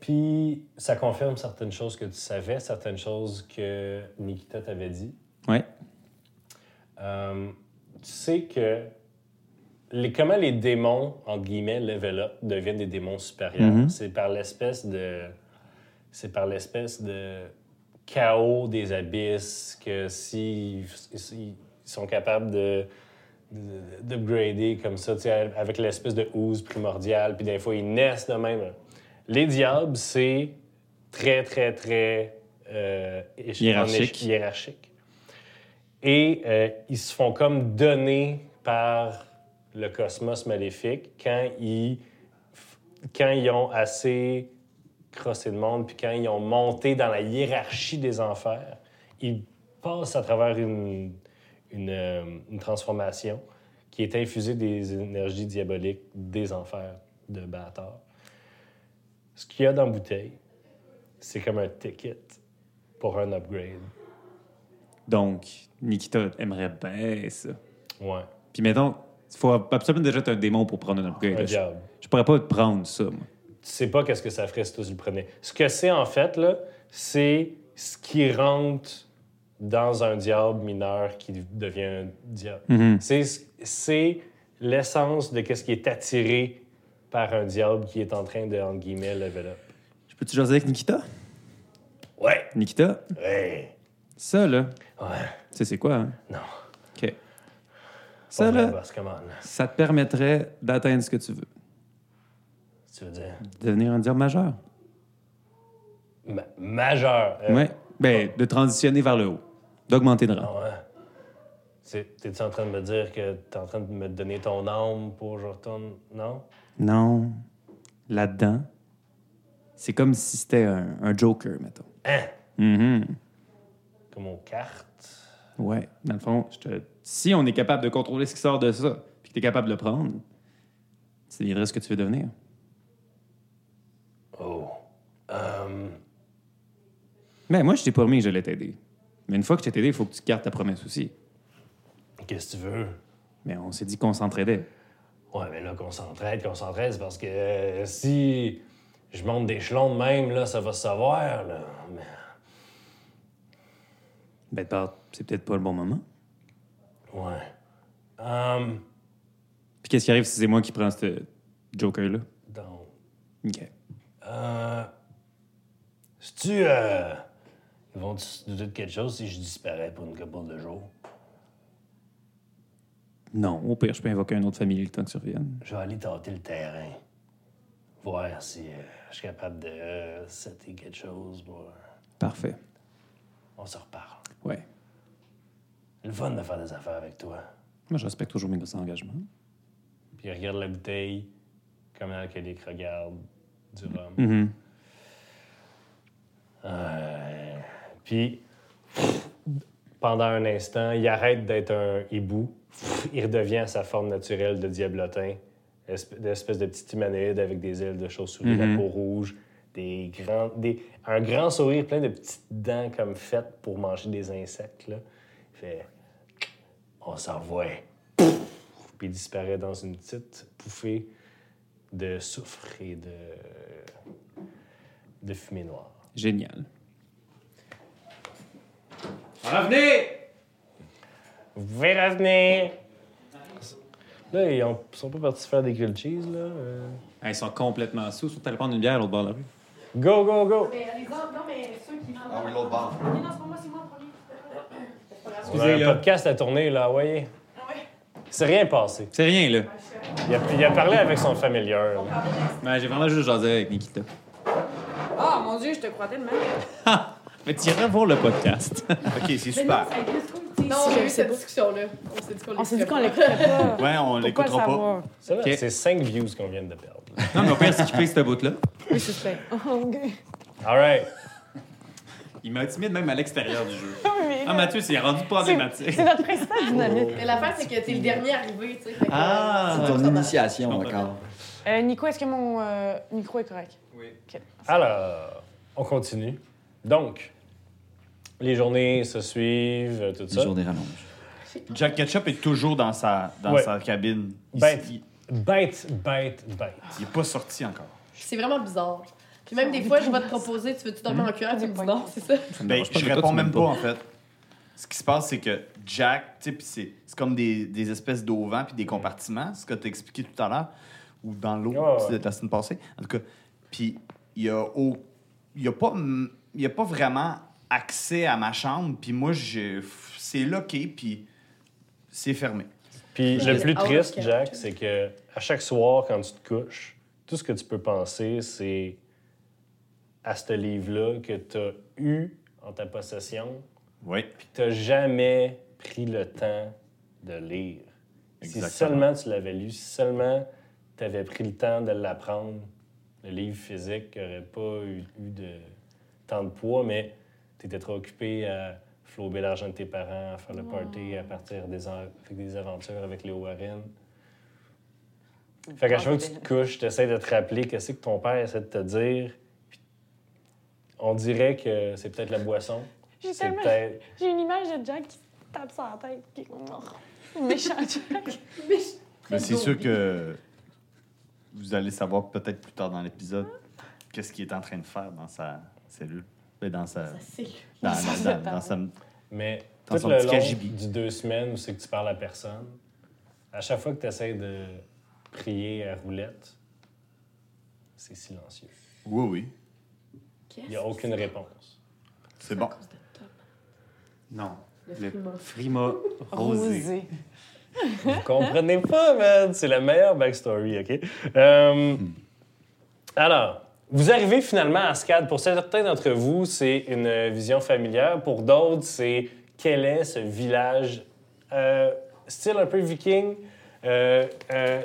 [SPEAKER 1] Puis ça confirme certaines choses que tu savais, certaines choses que Nikita t'avait dit.
[SPEAKER 7] Ouais.
[SPEAKER 1] Euh, tu sais que les, comment les démons, entre guillemets, level up, deviennent des démons supérieurs, c'est par l'espèce de. C'est par l'espèce de chaos des abysses que si s'ils sont capables de de- d'upgrader comme ça, tu sais, avec l'espèce de ooze primordiale, puis des fois, ils naissent de même. Les diables, c'est très, très, très euh, éche-
[SPEAKER 7] Hiérarchique.
[SPEAKER 1] en éche- hiérarchique. Et euh, ils se font comme donner par le cosmos maléfique quand ils, f- quand ils ont assez crossé le monde, puis quand ils ont monté dans la hiérarchie des enfers, ils passent à travers une, une, euh, une transformation qui est infusée des énergies diaboliques des enfers de Bâtard. Ce qu'il y a dans la bouteille, c'est comme un ticket pour un upgrade.
[SPEAKER 7] Donc, Nikita aimerait bien ça.
[SPEAKER 1] Ouais,
[SPEAKER 7] Puis mettons, il faut absolument déjà être un démon pour prendre un upgrade.
[SPEAKER 1] un
[SPEAKER 7] là. Je,
[SPEAKER 1] diable.
[SPEAKER 7] je pourrais pas te prendre ça, moi.
[SPEAKER 1] tu sais pas qu'est-ce que ça ferait si toi, tu le prenais. Ce que c'est en fait, là, c'est ce qui rentre dans un diable mineur qui devient un diable.
[SPEAKER 7] Mm-hmm.
[SPEAKER 1] C'est ce- C'est l'essence de qu'est-ce qui est attiré par un diable qui est en train de, entre guillemets, level up.
[SPEAKER 7] Je peux-tu jaser avec Nikita?
[SPEAKER 1] Ouais,
[SPEAKER 7] Nikita,
[SPEAKER 1] ouais.
[SPEAKER 7] ça, là,
[SPEAKER 1] Ouais,
[SPEAKER 7] tu sais c'est quoi, hein?
[SPEAKER 1] non.
[SPEAKER 7] OK. Ça,
[SPEAKER 1] Pas vrai,
[SPEAKER 7] là,
[SPEAKER 1] boss, come on.
[SPEAKER 7] ça te permettrait d'atteindre ce que tu veux.
[SPEAKER 1] Tu veux dire
[SPEAKER 7] Devenir un diable majeur.
[SPEAKER 1] ma- majeur. euh,
[SPEAKER 7] Ouais. Ben, de transitionner vers le haut. D'augmenter de rang.
[SPEAKER 1] non, hein. C'est- T'es-tu en train de me dire que t'es en train de me donner ton âme pour que je retourne? Non?
[SPEAKER 7] Non. Là-dedans, c'est comme si c'était un, un Joker, mettons.
[SPEAKER 1] Hein?
[SPEAKER 7] Mhm.
[SPEAKER 1] Comme aux cartes?
[SPEAKER 7] Ouais. Dans le fond, je te... si on est capable de contrôler ce qui sort de ça, puis que tu es capable de le prendre, c'est deviendrais ce que tu veux devenir.
[SPEAKER 1] Oh. Euh,
[SPEAKER 7] Mais Ben, moi, je t'ai promis que j'allais t'aider. Mais une fois que je t'ai aidé, il faut que tu gardes ta promesse aussi.
[SPEAKER 1] Qu'est-ce que tu veux?
[SPEAKER 7] Mais on s'est dit qu'on s'entraidait.
[SPEAKER 1] Ouais, mais là, qu'on s'entraide, qu'on s'entraide, c'est parce que euh, si je monte des chelons de même, là, ça va se savoir, là. Mais
[SPEAKER 7] Ben, par- c'est peut-être pas le bon moment.
[SPEAKER 1] Ouais. Euh,
[SPEAKER 7] Puis qu'est-ce qui arrive si c'est moi qui prends ce Joker-là?
[SPEAKER 1] donc,
[SPEAKER 7] OK.
[SPEAKER 1] euh, si tu euh, ils vont se douter de quelque chose si je disparais pour une couple de jours?
[SPEAKER 7] Non, au pire, je peux invoquer un autre familier le temps que tu reviennes.
[SPEAKER 1] Je vais aller tâter le terrain. Voir si euh, je suis capable de euh, setter quelque chose. bon.
[SPEAKER 7] Parfait.
[SPEAKER 1] On se reparle.
[SPEAKER 7] Ouais.
[SPEAKER 1] Le fun de faire des affaires avec toi.
[SPEAKER 7] Moi, je respecte toujours mes engagements.
[SPEAKER 1] puis il regarde la bouteille, comment Kelly regarde du rhum. Euh, Puis, pff, pendant un instant, il arrête d'être un hibou. Pff, Il redevient à sa forme naturelle de diablotin. Esp- L'espèce de petit humanoïde avec des ailes de chauve-souris, la peau rouge, des grands, des, un grand sourire plein de petites dents comme faites pour manger des insectes. Là. Il fait On s'en revoit. Pff, Puis il disparaît dans une petite bouffée de soufre et de, de fumée noire.
[SPEAKER 7] Génial. Revenez!
[SPEAKER 1] Vous pouvez revenir. Là, ils ont- sont pas partis faire des grilled cheese, là. euh.
[SPEAKER 7] Ah, ils sont complètement sous. Ils sont allés prendre une bière à l'autre bord de la rue.
[SPEAKER 1] Go, go, go!
[SPEAKER 3] Mais les autres, non, mais ceux qui font.
[SPEAKER 6] Ah oui, l'autre barre.
[SPEAKER 3] Non, non, c'est pas moi, c'est moi le premier.
[SPEAKER 1] On a un podcast à tourner, là, voyez. C'est rien passé.
[SPEAKER 7] C'est rien, là.
[SPEAKER 1] Il a, il a parlé avec son familier. là.
[SPEAKER 7] Ben, j'ai vraiment juste jasé avec Nikita.
[SPEAKER 4] Ah, mon Dieu, je te crois tellement.
[SPEAKER 7] Ah, Mais t'irais voir le podcast.
[SPEAKER 5] OK, c'est
[SPEAKER 3] Mais non, ça
[SPEAKER 5] super.
[SPEAKER 6] Ben.
[SPEAKER 3] a été cool, tu sais,
[SPEAKER 4] Non,
[SPEAKER 3] si
[SPEAKER 4] je
[SPEAKER 3] j'ai eu
[SPEAKER 4] sais
[SPEAKER 3] cette
[SPEAKER 4] pas.
[SPEAKER 3] discussion-là. On s'est dit qu'on
[SPEAKER 4] On s'est dit qu'on
[SPEAKER 3] l'écoutait
[SPEAKER 4] l'écouterait pas.
[SPEAKER 5] Ouais, on
[SPEAKER 4] Pourquoi le
[SPEAKER 5] l'écoutera pas.
[SPEAKER 4] savoir?
[SPEAKER 1] C'est vrai,
[SPEAKER 7] Ok.
[SPEAKER 1] c'est cinq views qu'on vient de perdre.
[SPEAKER 7] non, mais on peut skipper cette bout-là.
[SPEAKER 4] Oui, c'est ça. Oh, OK.
[SPEAKER 1] All right.
[SPEAKER 7] Il m'intimide même à l'extérieur du jeu.
[SPEAKER 4] mais
[SPEAKER 7] Ah, Mathieu, c'est rendu
[SPEAKER 4] C'est
[SPEAKER 7] problématique.
[SPEAKER 4] c'est notre principale dynamique.
[SPEAKER 3] Mais l'affaire, c'est que t'es le dernier arrivé, tu sais. fait que,
[SPEAKER 7] Ah!
[SPEAKER 6] C'est ton initiation encore.
[SPEAKER 4] Euh, Nico, est-ce que mon euh, micro est correct?
[SPEAKER 1] Alors, on continue. Donc, les journées se suivent, euh, tout
[SPEAKER 6] Les
[SPEAKER 1] ça.
[SPEAKER 6] journées rallonges.
[SPEAKER 5] Jack Ketchup est toujours dans sa, dans
[SPEAKER 1] Ouais. Ben,
[SPEAKER 5] sa cabine. Il,
[SPEAKER 1] Bête.
[SPEAKER 5] il,
[SPEAKER 1] Bête, bête, bête.
[SPEAKER 5] il est pas sorti encore.
[SPEAKER 3] C'est vraiment bizarre. Puis même des fois, je vais te proposer, tu veux-tu
[SPEAKER 4] Mm.
[SPEAKER 3] dormir en cuillère? Tu me dis non, c'est ça.
[SPEAKER 5] Ben,
[SPEAKER 7] dérange pas,
[SPEAKER 5] je
[SPEAKER 7] mais toi,
[SPEAKER 5] réponds
[SPEAKER 7] tu
[SPEAKER 5] même
[SPEAKER 7] m'aimes
[SPEAKER 5] pas,
[SPEAKER 7] pas.
[SPEAKER 5] en fait. Ce qui se passe, c'est que Jack, tu sais, puis c'est c'est comme des, des espèces d'auvents puis des compartiments, ce que tu as expliqué tout à l'heure, ou dans l'eau,
[SPEAKER 1] Ouais,
[SPEAKER 5] tu
[SPEAKER 1] ouais.
[SPEAKER 5] sais, la semaine passée. En tout cas, puis il y a, au- il y a, pas m- il y a pas vraiment accès à ma chambre, puis moi, j'ai- c'est locké, puis c'est fermé.
[SPEAKER 1] Puis
[SPEAKER 3] Ouais.
[SPEAKER 1] le plus
[SPEAKER 3] Ah ouais,
[SPEAKER 1] triste,
[SPEAKER 3] ok.
[SPEAKER 1] Jack, c'est que à chaque soir, quand tu te couches, tout ce que tu peux penser, c'est à ce livre-là que tu as eu en ta possession,
[SPEAKER 5] Oui.
[SPEAKER 1] puis que tu n'as jamais pris le temps de lire.
[SPEAKER 5] Exactement.
[SPEAKER 1] Si seulement tu l'avais lu, si seulement tu avais pris le temps de l'apprendre, le livre physique n'aurait pas eu, eu de tant de poids, mais tu étais trop occupé à flouber l'argent de tes parents, à faire le party, à partir des, en- avec des aventures avec les Warren. Fait qu'à chaque fois que tu te couches, tu essaies de te rappeler qu'est-ce que ton père essaie de te dire. Puis On dirait que c'est peut-être la boisson.
[SPEAKER 4] J'ai
[SPEAKER 1] C'est
[SPEAKER 4] tellement-
[SPEAKER 1] peut-être.
[SPEAKER 4] J'ai une image de Jack qui se tape sur la tête. Puis... Oh, méchant Jack.
[SPEAKER 3] Mais je-
[SPEAKER 5] Mais c'est sûr que vous allez savoir peut-être plus tard dans l'épisode qu'est-ce qu'il est en train de faire dans sa cellule. Ben, Dans sa,
[SPEAKER 3] C'est-
[SPEAKER 5] dans,
[SPEAKER 4] Ça,
[SPEAKER 5] dans- dans
[SPEAKER 4] pardon.
[SPEAKER 5] sa-
[SPEAKER 1] Mais
[SPEAKER 5] Dans
[SPEAKER 1] tout
[SPEAKER 5] son
[SPEAKER 1] le
[SPEAKER 5] petit
[SPEAKER 1] long
[SPEAKER 5] cagibi.
[SPEAKER 1] du deux semaines où c'est que tu parles à personne, à chaque fois que tu essaies de prier à roulette, c'est silencieux.
[SPEAKER 5] Oui, oui.
[SPEAKER 1] Il n'y a aucune réponse.
[SPEAKER 5] C'est bon.
[SPEAKER 7] Non.
[SPEAKER 3] Le frima.
[SPEAKER 7] frima
[SPEAKER 4] Rosé.
[SPEAKER 1] Vous comprenez pas, man. C'est la meilleure backstory, OK? Euh, alors, vous arrivez finalement à Ascade. Pour certains d'entre vous, c'est une vision familière. Pour d'autres, c'est quel est ce village euh, style un peu viking. euh, euh,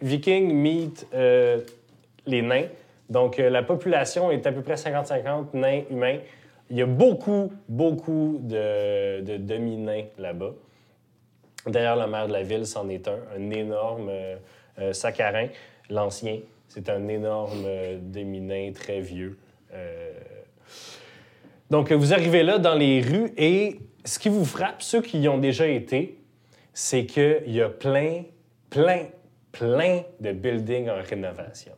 [SPEAKER 1] viking meet euh, les nains. Donc, euh, la population est à peu près 50-50 nains humains. Il y a beaucoup, beaucoup de, de demi-nains là-bas. D'ailleurs, le maire de la ville, c'en est un, un énorme euh, euh, Saccharin, l'ancien. C'est un énorme euh, demi-nain très vieux. Euh, Donc, vous arrivez là dans les rues et ce qui vous frappe, ceux qui y ont déjà été, c'est qu'il y a plein, plein, plein de buildings en rénovation.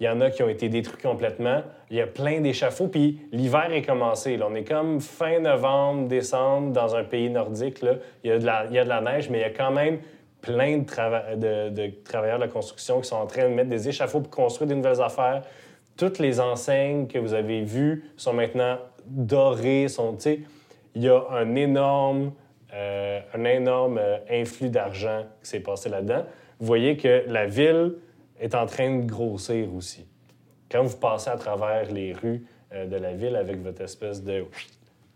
[SPEAKER 1] Il y en a qui ont été détruits complètement. Il y a plein d'échafauds. Puis l'hiver est commencé. là. On est comme fin novembre, décembre, dans un pays nordique. là. Il, y a de la, il y a de la neige, mais il y a quand même plein de, trava- de- de travailleurs de la construction qui sont en train de mettre des échafauds pour construire des nouvelles affaires. Toutes les enseignes que vous avez vues sont maintenant dorées. Sont, tu sais, il y a un énorme, euh, un énorme euh, influx d'argent qui s'est passé là-dedans. Vous voyez que la ville est en train de grossir aussi. Quand vous passez à travers les rues euh, de la ville avec votre espèce de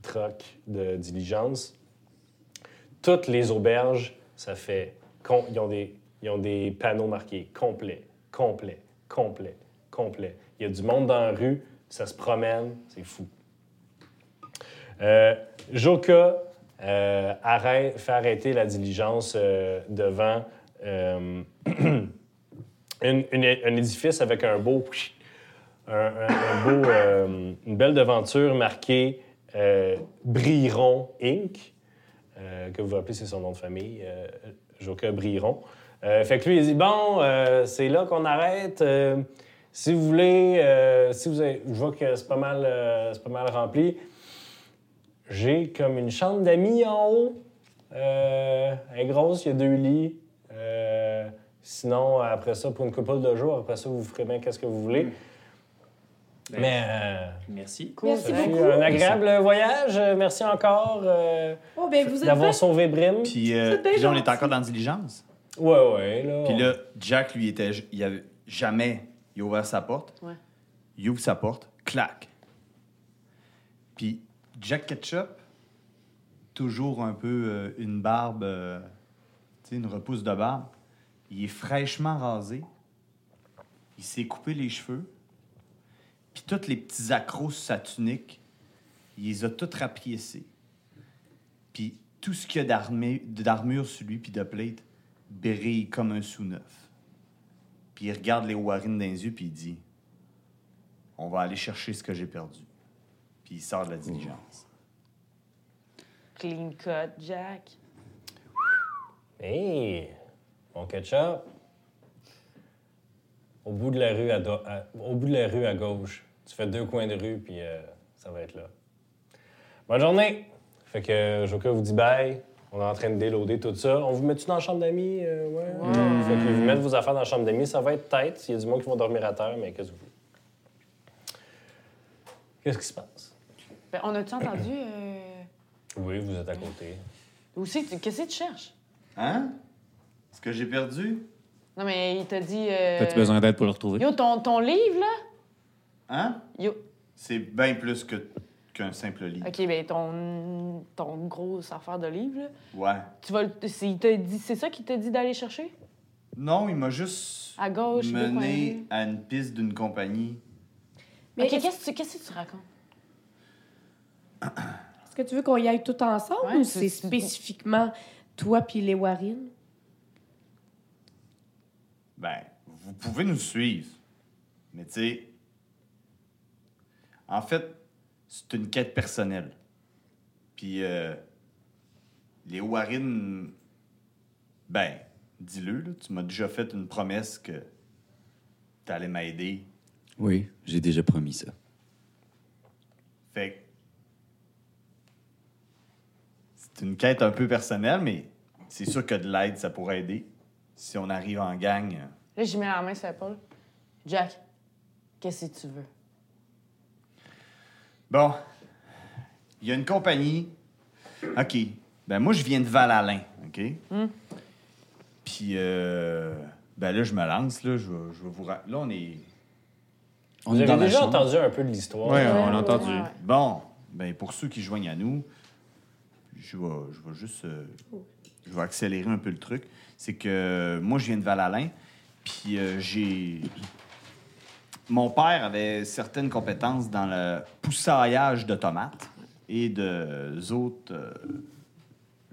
[SPEAKER 1] troc de diligence, toutes les auberges, ça fait. com- Ils ont, des, ils ont des panneaux marqués complet, complet, complet, complet. Il y a du monde dans la rue, Ça se promène, c'est fou. Euh, Joka euh, arrête- fait arrêter la diligence euh, devant euh, une- une- un édifice avec un beau, un, un- un beau, euh, une belle devanture marquée euh, Briron Inc. euh, que vous appelez, c'est son nom de famille, euh, Joka Briron. Euh, fait que lui, il dit Bon, euh, c'est là qu'on arrête. euh, si vous voulez, euh, si vous avez- je vois que c'est pas mal, euh, c'est pas mal rempli. J'ai comme une chambre d'amis en haut. Euh, elle est grosse, il y a deux lits. Euh, sinon, après ça, pour une couple de jours, après ça, vous ferez bien qu'est-ce que vous
[SPEAKER 5] Hmm.
[SPEAKER 1] voulez.
[SPEAKER 5] Ben,
[SPEAKER 1] Mais euh,
[SPEAKER 7] Merci.
[SPEAKER 3] Merci
[SPEAKER 1] ça fut
[SPEAKER 3] beaucoup.
[SPEAKER 1] un agréable voyage. Euh, Merci encore euh,
[SPEAKER 3] Oh, ben, vous êtes
[SPEAKER 1] d'avoir
[SPEAKER 3] bien.
[SPEAKER 1] sauvé Brim.
[SPEAKER 5] Puis, euh,
[SPEAKER 3] C'est bien
[SPEAKER 5] puis là, on
[SPEAKER 3] gentil.
[SPEAKER 5] était encore dans la diligence.
[SPEAKER 1] Ouais, ouais. Là,
[SPEAKER 5] Puis
[SPEAKER 1] on-
[SPEAKER 5] là, Jack, lui, était, il avait jamais il a ouvert sa porte.
[SPEAKER 4] Ouais.
[SPEAKER 5] Il ouvre sa porte, clac. Puis Jack Ketchup, toujours un peu euh, une barbe, euh, tu sais, une repousse de barbe, il est fraîchement rasé. Il s'est coupé les cheveux. Puis tous les petits accros sur sa tunique, il les a tous rapiécés. Puis tout ce qu'il y a d'armé- d'armure sur lui, puis de plate, brille comme un sous-neuf. Puis il regarde les Warren dans les yeux, puis il dit On va aller chercher ce que j'ai perdu. Puis il sort de la diligence.
[SPEAKER 4] Clean cut, Jack.
[SPEAKER 1] Hey, mon ketchup. Au bout de la rue à, do- à- au bout de la rue à gauche. Tu fais deux coins de rue, puis euh, ça va être là. Bonne journée! Fait que Joker vous dit bye. On est en train de déloader tout ça. On vous met-tu dans la chambre d'amis? Euh, ouais. Fait que vous mettez vos affaires dans la chambre d'amis. Ça va être tête. Il y a du monde qui vont dormir à terre, mais qu'est-ce que vous voulez? Qu'est-ce qui se passe?
[SPEAKER 4] Ben, on a-tu entendu. euh,
[SPEAKER 1] Oui, vous êtes à côté.
[SPEAKER 4] Où c'est que tu- Qu'est-ce que tu cherches?
[SPEAKER 5] Hein Ce que j'ai perdu
[SPEAKER 4] Non, mais il t'a dit. euh,
[SPEAKER 7] As-tu besoin d'aide pour le retrouver?
[SPEAKER 4] Yo, ton, ton livre, là?
[SPEAKER 5] Hein
[SPEAKER 4] Yo.
[SPEAKER 5] C'est bien plus que qu'un simple livre.
[SPEAKER 4] OK, ben, ton, ton grosse affaire de livre, là.
[SPEAKER 5] Ouais.
[SPEAKER 4] Tu vas le- c'est- il t'a dit- C'est ça qu'il t'a dit d'aller chercher?
[SPEAKER 5] Non, il m'a juste
[SPEAKER 4] À gauche, deux coins de
[SPEAKER 5] mené
[SPEAKER 4] rue.
[SPEAKER 5] à une piste d'une compagnie.
[SPEAKER 3] Mais
[SPEAKER 4] OK,
[SPEAKER 3] est-ce-
[SPEAKER 4] qu'est-ce que tu- qu'est-ce que tu racontes?
[SPEAKER 3] Est-ce que tu veux qu'on y aille tout ensemble
[SPEAKER 4] Ouais,
[SPEAKER 3] ou
[SPEAKER 4] c'est-
[SPEAKER 3] c'est spécifiquement toi puis les Warren?
[SPEAKER 5] Ben, vous pouvez nous suivre. Mais tu sais. En fait, c'est une quête personnelle. Puis, euh, les Warren. Ben, dis-le, là, tu m'as déjà fait une promesse que t'allais m'aider.
[SPEAKER 6] Oui, j'ai déjà promis ça.
[SPEAKER 5] Fait que. C'est une quête un peu personnelle, mais c'est sûr que de l'aide, ça pourrait aider. Si on arrive en gang. euh,
[SPEAKER 4] Là, j'y mets la main sur l'épaule. Jack, qu'est-ce que tu veux?
[SPEAKER 5] Bon. Il y a une compagnie. OK. Ben moi, je viens de Val-Alain, OK? Puis, euh, ben là, je me lance, là. Je vais je vais vous... ra- Là, on est...
[SPEAKER 6] On
[SPEAKER 1] Vous
[SPEAKER 6] est dans
[SPEAKER 1] avez
[SPEAKER 6] la
[SPEAKER 1] déjà
[SPEAKER 6] chambre.
[SPEAKER 1] entendu un peu de l'histoire. euh,
[SPEAKER 7] Ouais, on l'a entendu.
[SPEAKER 4] Ouais, ouais.
[SPEAKER 5] Bon. Ben pour ceux qui se joignent à nous, je vais, je vais juste... euh, je vais accélérer un peu le truc. C'est que euh, moi, je viens de Val-Alain, puis euh, j'ai... Mon père avait certaines compétences dans le poussaillage de tomates et de autres... euh,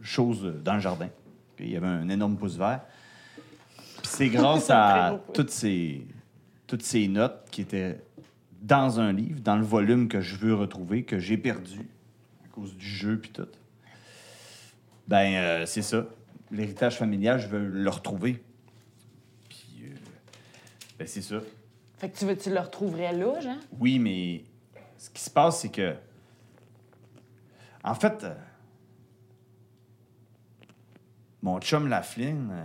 [SPEAKER 5] choses euh, dans le jardin. Il y avait un énorme pouce vert. Puis c'est grâce à toutes ces, toutes ces notes qui étaient dans un livre, dans le volume que je veux retrouver, que j'ai perdu à cause du jeu puis tout. Ben, euh, c'est ça. L'héritage familial, je veux le retrouver. Puis, euh, ben, c'est ça.
[SPEAKER 4] Fait que tu veux, tu le retrouverais là, genre?
[SPEAKER 5] Oui, mais ce qui se passe, c'est que. En fait, euh, mon chum Laflin. euh,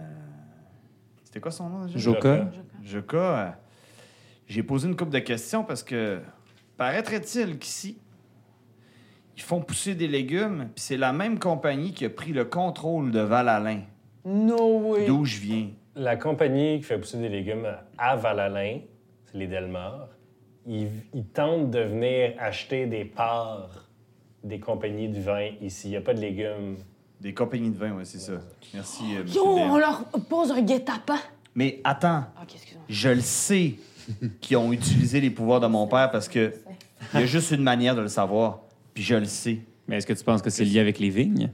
[SPEAKER 5] C'était quoi son nom déjà?
[SPEAKER 1] Joka.
[SPEAKER 7] Joka.
[SPEAKER 5] Joka. euh, J'ai posé une couple de questions parce que paraîtrait-il qu'ici, ils font pousser des légumes, puis c'est la même compagnie qui a pris le contrôle de Val-Alain,
[SPEAKER 4] No way!
[SPEAKER 5] d'où je viens.
[SPEAKER 1] La compagnie qui fait pousser des légumes à Val-Alain, c'est les Delmar, ils, ils tentent de venir acheter des parts des compagnies de vin ici. Il n'y a pas de légumes.
[SPEAKER 5] Des compagnies de vin, oui, c'est ça. Merci, euh, monsieur
[SPEAKER 4] Yo,
[SPEAKER 5] DM.
[SPEAKER 4] on leur pose un guet-apens!
[SPEAKER 5] Mais attends,
[SPEAKER 4] Ok, excuse-moi.
[SPEAKER 5] Je le sais qu'ils ont utilisé les pouvoirs de mon père parce que Il y a juste une manière de le savoir, puis je le sais.
[SPEAKER 7] Mais est-ce que tu penses que c'est lié avec les vignes?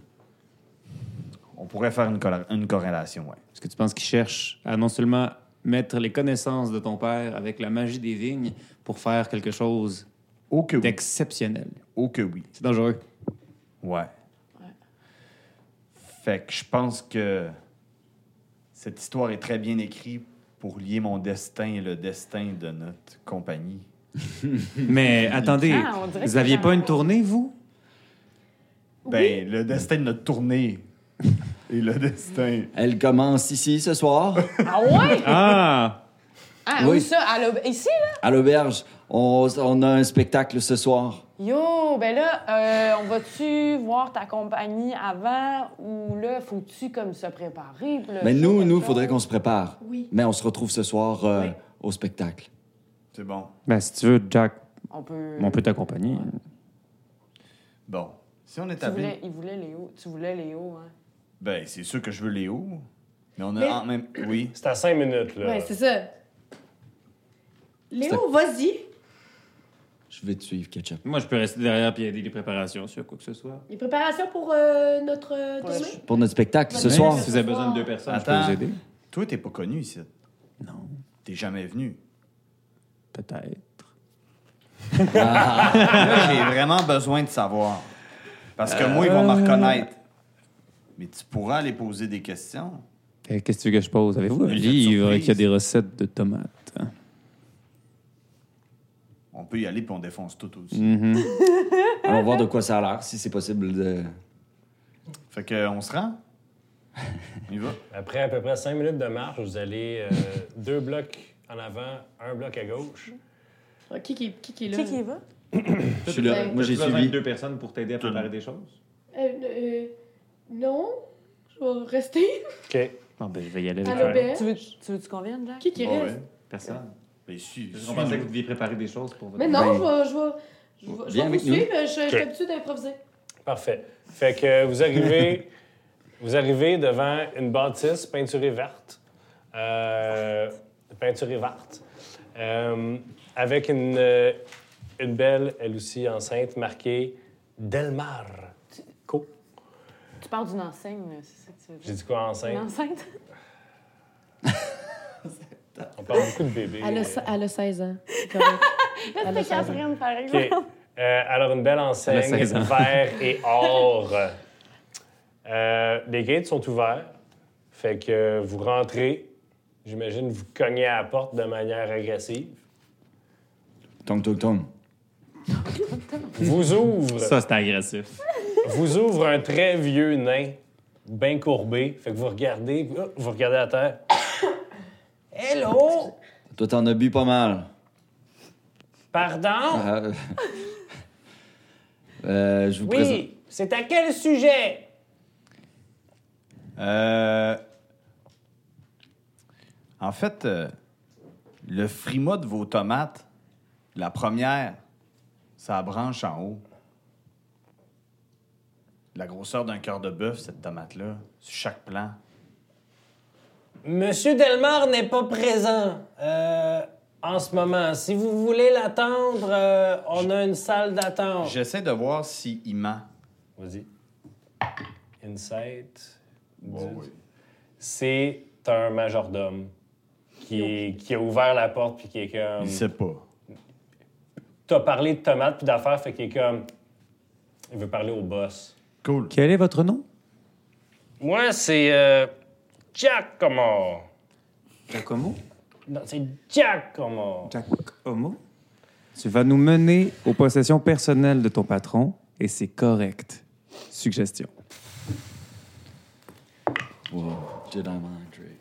[SPEAKER 5] On pourrait faire une, colla- une corrélation, ouais.
[SPEAKER 7] Est-ce que tu penses qu'il cherche à non seulement mettre les connaissances de ton père avec la magie des vignes pour faire quelque chose
[SPEAKER 5] Oh que oui.
[SPEAKER 7] d'exceptionnel?
[SPEAKER 5] Oh que oui.
[SPEAKER 7] C'est dangereux.
[SPEAKER 5] Ouais. Fait que je pense que cette histoire est très bien écrite pour lier mon destin et le destin de notre compagnie.
[SPEAKER 7] Mais attendez,
[SPEAKER 4] Ah, on dirait
[SPEAKER 7] vous
[SPEAKER 4] que
[SPEAKER 7] aviez
[SPEAKER 4] ça
[SPEAKER 7] pas
[SPEAKER 4] va.
[SPEAKER 7] une tournée, vous?
[SPEAKER 5] Ben, le destin de notre tournée et le destin.
[SPEAKER 6] Elle commence ici ce soir,
[SPEAKER 4] Ah ouais?
[SPEAKER 7] Ah!
[SPEAKER 4] Ah,
[SPEAKER 6] Oui.
[SPEAKER 4] où ça? À l'au- Ici, là?
[SPEAKER 6] à l'auberge. On, on a un spectacle ce soir.
[SPEAKER 4] Yo, ben là, euh, on va-tu voir ta compagnie avant ou là, faut-tu comme se préparer? pour le
[SPEAKER 1] Euh,
[SPEAKER 6] Mais
[SPEAKER 4] show,
[SPEAKER 6] Ben, nous,
[SPEAKER 4] quelque
[SPEAKER 6] nous,
[SPEAKER 4] chose?
[SPEAKER 6] faudrait qu'on se prépare.
[SPEAKER 3] Oui.
[SPEAKER 6] Mais on se retrouve ce soir euh,
[SPEAKER 3] Oui.
[SPEAKER 6] au spectacle.
[SPEAKER 5] C'est bon.
[SPEAKER 7] Ben, si tu veux, Jack,
[SPEAKER 4] On peut.
[SPEAKER 7] on peut t'accompagner.
[SPEAKER 5] Bon. Si on
[SPEAKER 4] Tu
[SPEAKER 5] établit.
[SPEAKER 4] voulais, il voulait Léo. Tu voulais Léo, hein?
[SPEAKER 5] Ben, c'est sûr que je veux Léo. Mais on a
[SPEAKER 3] Mais-
[SPEAKER 5] en même. Oui.
[SPEAKER 1] C'est à cinq minutes, là.
[SPEAKER 3] Ouais, c'est ça. Léo, vas-y.
[SPEAKER 6] Je vais te suivre, Ketchup.
[SPEAKER 7] Moi, je peux rester derrière et aider les préparations sur quoi que ce soit.
[SPEAKER 3] Les préparations pour euh, notre euh,
[SPEAKER 4] Pour la
[SPEAKER 3] tournée?
[SPEAKER 6] Pour notre spectacle ce
[SPEAKER 3] Mais-
[SPEAKER 6] soir.
[SPEAKER 7] si vous avez besoin de deux personnes,
[SPEAKER 5] Attends.
[SPEAKER 7] je peux vous aider.
[SPEAKER 5] Toi, t'es pas connu ici.
[SPEAKER 7] Non,
[SPEAKER 5] T'es jamais venu.
[SPEAKER 7] peut-être.
[SPEAKER 5] Là, j'ai vraiment besoin de savoir. Parce que moi, ils vont me reconnaître. Mais tu pourras aller poser des questions.
[SPEAKER 7] Fait que Eh, Qu'est-ce que tu veux que je pose? Avez-vous un
[SPEAKER 5] Une
[SPEAKER 7] livre
[SPEAKER 5] surprise.
[SPEAKER 7] qui a des recettes de tomates?
[SPEAKER 5] On peut y aller puis on défonce tout aussi.
[SPEAKER 6] Allons voir de quoi ça a l'air, si c'est possible de.
[SPEAKER 5] Fait que on se rend. On y va.
[SPEAKER 1] Après à peu près cinq minutes de marche, vous allez euh, deux blocs en avant, un bloc à gauche.
[SPEAKER 3] Ah, Qui, qui, qui, qui est là?
[SPEAKER 4] Qui qui y va?
[SPEAKER 6] Je suis là. Moi, j'ai suivi.
[SPEAKER 7] deux personnes pour t'aider à
[SPEAKER 5] préparer
[SPEAKER 7] des choses?
[SPEAKER 3] Euh, euh, non, je vais rester
[SPEAKER 1] OK.
[SPEAKER 7] Non, ben, je vais y aller
[SPEAKER 3] à
[SPEAKER 7] avec un.
[SPEAKER 3] l'auberge.
[SPEAKER 4] Tu veux, tu veux qu'on vienne, Jack?
[SPEAKER 3] Qui qui
[SPEAKER 5] Ouais,
[SPEAKER 3] reste?
[SPEAKER 5] ouais.
[SPEAKER 7] Personne.
[SPEAKER 5] Ben, si.
[SPEAKER 7] Parce
[SPEAKER 5] si,
[SPEAKER 7] qu'on pensait
[SPEAKER 5] nous.
[SPEAKER 7] que vous deviez préparer des choses pour votre.
[SPEAKER 3] Mais non,
[SPEAKER 6] Ben,
[SPEAKER 3] je vais, je vais, je vais, je
[SPEAKER 6] viens
[SPEAKER 3] vais vous
[SPEAKER 6] avec nous.
[SPEAKER 3] suivre. Je je suis
[SPEAKER 1] Ok.
[SPEAKER 3] habituée d'improviser.
[SPEAKER 1] Parfait. Fait que euh, vous arrivez, vous arrivez devant une bâtisse peinturée verte, euh, peinturée verte, euh, avec une, euh, une belle, elle aussi enceinte, marquée Delmar. Co.
[SPEAKER 4] Tu parles d'une enseigne, là, c'est ça que tu veux
[SPEAKER 1] J'ai
[SPEAKER 4] dire?
[SPEAKER 1] dit quoi enceinte?
[SPEAKER 4] Une enceinte?
[SPEAKER 1] On parle beaucoup de bébés.
[SPEAKER 3] Elle a,
[SPEAKER 1] mais-
[SPEAKER 3] se- elle a 16 ans.
[SPEAKER 4] Là,
[SPEAKER 3] Elle a
[SPEAKER 4] c'est Catherine, par exemple.
[SPEAKER 1] OK. Euh, alors, une belle enseigne,
[SPEAKER 7] Elle a 16 ans.
[SPEAKER 1] vert et or. Euh, les gates sont ouverts. Fait que vous rentrez. J'imagine vous cognez à la porte de manière agressive.
[SPEAKER 6] Tong, tong, tong.
[SPEAKER 1] Vous ouvre,
[SPEAKER 7] Ça, c'est agressif.
[SPEAKER 1] vous ouvre un très vieux nain, bien courbé. Fait que vous regardez, oh, vous regardez à terre. Hello!
[SPEAKER 6] Toi, t'en as bu pas mal.
[SPEAKER 1] Pardon?
[SPEAKER 6] Ah, euh, euh, je vous présente.
[SPEAKER 1] Oui, c'est à quel sujet?
[SPEAKER 5] Euh, En fait, euh, le frima de vos tomates, la première, ça branche en haut. La grosseur d'un cœur de bœuf, cette tomate-là, sur chaque plan.
[SPEAKER 1] Monsieur Delmar n'est pas présent euh, en ce moment. Si vous voulez l'attendre, euh, on a une salle d'attente.
[SPEAKER 5] J'essaie de voir s'il il ment.
[SPEAKER 1] Vas-y. Insight. Du- C'est un majordome qui, est- qui a ouvert la porte puis qui est comme.
[SPEAKER 5] Il sait pas.
[SPEAKER 1] T'as parlé de tomates puis d'affaires, fait qu'il est comme. Il veut parler au boss.
[SPEAKER 5] Cool.
[SPEAKER 7] Quel est votre nom?
[SPEAKER 1] Moi, c'est. euh, Giacomo.
[SPEAKER 7] Giacomo.
[SPEAKER 1] Non, c'est Giacomo.
[SPEAKER 7] Giacomo. Tu vas nous mener aux possessions personnelles de ton patron et c'est correct. Suggestion.
[SPEAKER 6] Wow, Jedi Mind Trick.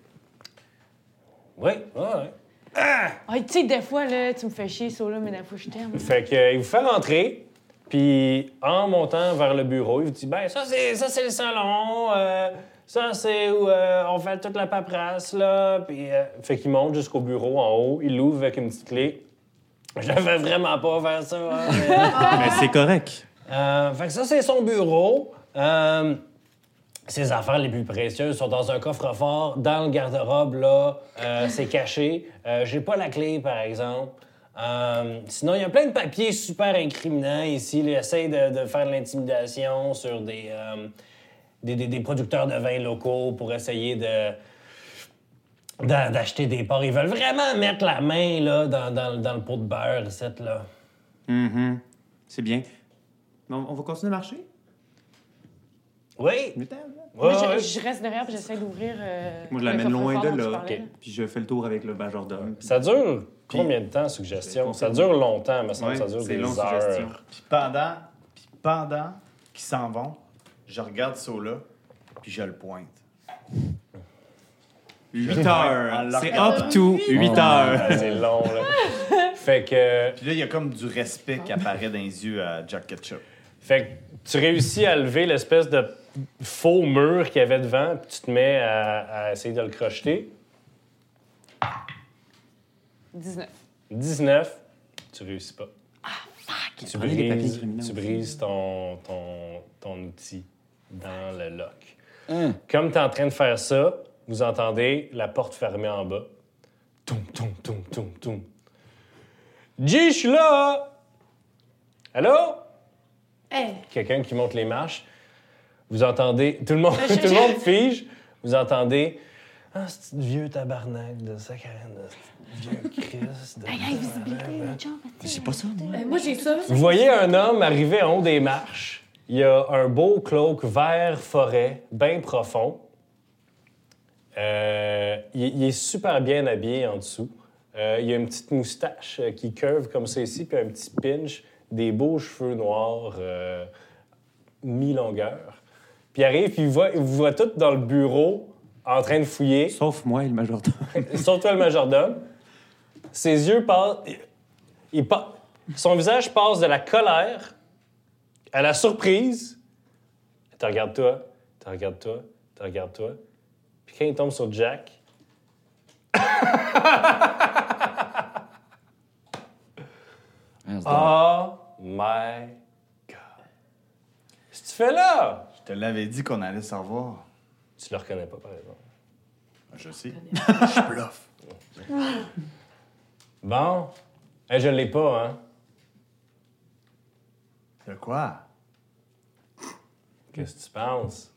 [SPEAKER 1] Oui, ouais, ouais.
[SPEAKER 4] Ah, tu sais, des fois, là, tu me fais chier, ça, là, mais des fois, je t'aime.
[SPEAKER 1] Fait que, euh, il vous fait rentrer, puis en montant vers le bureau, il vous dit ben ça c'est ça c'est le salon, euh, ça c'est où euh, on fait toute la paperasse là, puis euh, fait qu'il monte jusqu'au bureau en haut, il l'ouvre avec une petite clé. J'avais vraiment pas faire ça. hein, mais-
[SPEAKER 7] Mais Ben, c'est correct.
[SPEAKER 1] euh, fait que ça, c'est son bureau. Euh, ses affaires les plus précieuses sont dans un coffre-fort, dans le garde-robe, là. Euh, c'est caché. Euh, J'ai pas la clé, par exemple. Euh, sinon, il y a plein de papiers super incriminants ici. Ils essayent de, de faire de l'intimidation sur des, euh, des, des- des producteurs de vins locaux pour essayer de d'a- d'acheter des porcs. Ils veulent vraiment mettre la main là, dans, dans- dans le pot de beurre, cette là.
[SPEAKER 2] Mhm. C'est bien. On, on va continuer à marcher?
[SPEAKER 1] Oui?
[SPEAKER 2] Le temps, là.
[SPEAKER 4] Moi,
[SPEAKER 1] Ouais, ouais.
[SPEAKER 4] je, je reste derrière puis j'essaie d'ouvrir. euh,
[SPEAKER 2] Moi, je
[SPEAKER 4] le
[SPEAKER 2] l'amène loin de
[SPEAKER 4] coffre-fort dont tu
[SPEAKER 2] là.
[SPEAKER 4] parlais,
[SPEAKER 1] Ok.
[SPEAKER 2] Puis je fais le tour avec le majordome.
[SPEAKER 1] Ça dure combien de temps, suggestion? Ça dure longtemps, me semble.
[SPEAKER 2] Ouais,
[SPEAKER 1] ça dure
[SPEAKER 2] c'est
[SPEAKER 1] des
[SPEAKER 2] long,
[SPEAKER 1] heures.
[SPEAKER 2] suggestion.
[SPEAKER 5] Puis pendant, puis pendant qu'ils s'en vont, je regarde Sola, puis je le pointe.
[SPEAKER 2] 8
[SPEAKER 5] En
[SPEAKER 2] heures.
[SPEAKER 5] leur-
[SPEAKER 2] Ah, C'est up to
[SPEAKER 7] Oh.
[SPEAKER 2] 8 heures.
[SPEAKER 1] Ah, c'est long, là. fait que.
[SPEAKER 5] Puis là, il y a comme du respect qui apparaît dans les yeux à Jack Ketchup.
[SPEAKER 1] Fait que tu réussis à lever l'espèce de faux mur qu'il y avait devant, puis tu te mets à, à essayer de le crocheter.
[SPEAKER 4] 19.
[SPEAKER 1] 19, tu réussis pas. Tu
[SPEAKER 2] Prenez les papiers
[SPEAKER 1] brises,
[SPEAKER 2] criminels.
[SPEAKER 1] tu brises ton, ton, ton outil dans le lock.
[SPEAKER 6] Hein?
[SPEAKER 1] Comme tu es en train de faire ça, vous entendez la porte fermée en bas. Toum, toum, toum, toum, toum. Dis, je suis là! Allô?
[SPEAKER 3] Hey,
[SPEAKER 1] quelqu'un qui monte les marches, vous entendez, tout le monde, tout le monde fige, vous entendez, ah, ce petit vieux tabarnak de sacarine, de ce petit vieux Christ. de-
[SPEAKER 6] C'est pas ça, moi.
[SPEAKER 3] euh, moi, j'ai ça.
[SPEAKER 1] Vous voyez un homme arriver en haut des marches. Il a un beau cloak vert forêt, bien profond. Euh, il, il est super bien habillé en dessous. Euh, il a une petite moustache euh, qui curve comme ça ici, puis un petit pinch, des beaux cheveux noirs euh, mi-longueur. Puis il arrive, puis il voit, il vous voit tout dans le bureau en train de fouiller.
[SPEAKER 2] Sauf moi et le majordome.
[SPEAKER 1] Sauf toi, le majordome. Ses yeux passent. il pa- Son visage passe de la colère à la surprise. T'en regardes toi, t'en regardes toi, t'en regardes toi. Puis quand il tombe sur Jack.
[SPEAKER 6] Ah,
[SPEAKER 1] Oh
[SPEAKER 6] c'est
[SPEAKER 1] my God. Qu'est-ce que tu fais là?
[SPEAKER 5] Je te l'avais dit qu'on allait se revoir.
[SPEAKER 1] Tu le reconnais pas, par exemple.
[SPEAKER 5] Je sais. je bluffe.
[SPEAKER 1] Bon. Hey, je l'ai pas, hein?
[SPEAKER 5] De quoi?
[SPEAKER 1] Qu'est-ce que tu penses?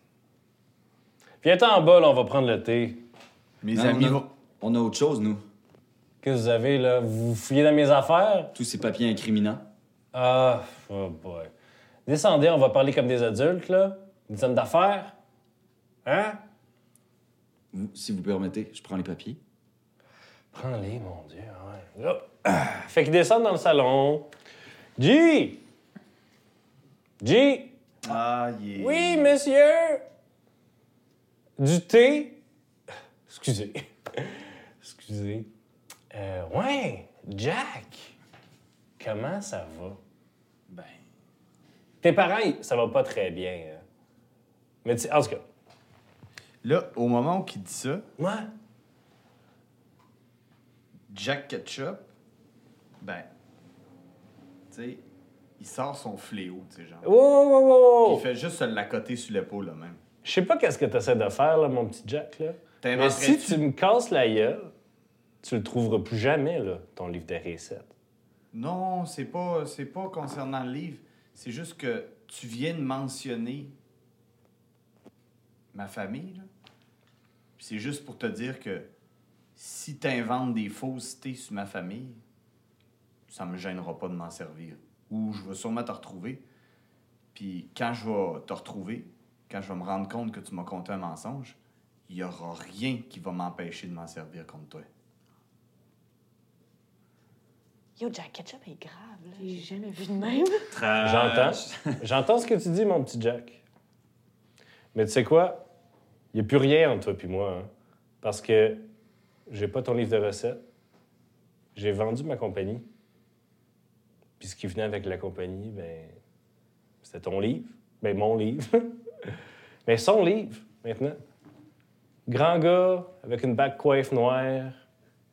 [SPEAKER 1] Viens en bas, là, on va prendre le thé.
[SPEAKER 5] Mes
[SPEAKER 6] Non,
[SPEAKER 5] amis
[SPEAKER 6] on, a,
[SPEAKER 5] vont...
[SPEAKER 6] on a autre chose, nous.
[SPEAKER 1] Qu'est-ce que vous avez là? Vous fouillez dans mes affaires?
[SPEAKER 6] Tous ces papiers incriminants.
[SPEAKER 1] Ah, oh boy. Descendez, on va parler comme des adultes, là. Des hommes d'affaires. Hein?
[SPEAKER 6] Vous- Si vous permettez, je prends les papiers.
[SPEAKER 1] Prends-les, mon Dieu. Ouais. Hop. Ah. Fait qu'ils descendent dans le salon. G! G!
[SPEAKER 5] Ah, il est...
[SPEAKER 1] Oui, monsieur! Du thé? Excusez. Excusez. Euh, ouais, Jack! Comment ça va?
[SPEAKER 5] Ben,
[SPEAKER 1] Tes parents, ils- ça va pas très bien. hein. Mais tu- en tout cas,
[SPEAKER 5] là, au moment où il dit ça,
[SPEAKER 1] moi,
[SPEAKER 5] Jack Ketchup, ben, tu sais, il sort son fléau, tu sais, genre.
[SPEAKER 1] Wow, wow, wow, wow, wow.
[SPEAKER 5] Il fait juste se l'accoter sur l'épaule, là, même.
[SPEAKER 1] Je sais pas qu'est-ce que tu essaies de faire, là, mon petit Jack. Là. Mais
[SPEAKER 5] T'inventerais-tu-
[SPEAKER 1] si tu me casses la gueule, tu le trouveras plus jamais, là, ton livre de recettes.
[SPEAKER 5] Non, c'est pas, c'est pas concernant le livre. C'est juste que tu viens de mentionner ma famille, là. Puis c'est juste pour te dire que si t'inventes des faussetés sur ma famille, ça me gênera pas de m'en servir. Ou je vais sûrement te retrouver. Puis quand je vais te retrouver, quand je vais me rendre compte que tu m'as conté un mensonge, il y aura rien qui va m'empêcher de m'en servir contre toi.
[SPEAKER 4] Yo, Jack Ketchup est grave, là. J'ai jamais vu de même.
[SPEAKER 1] J'entends. Euh, J'entends ce que tu dis, mon petit Jack. Mais tu sais quoi? Il n'y a plus rien entre toi puis moi. hein. Parce que j'ai pas ton livre de recettes. J'ai vendu ma compagnie. Puis ce qui venait avec la compagnie, ben, c'était ton livre. Ben, mon livre. Mais son livre, maintenant. Grand gars, avec une bague coiffe noire,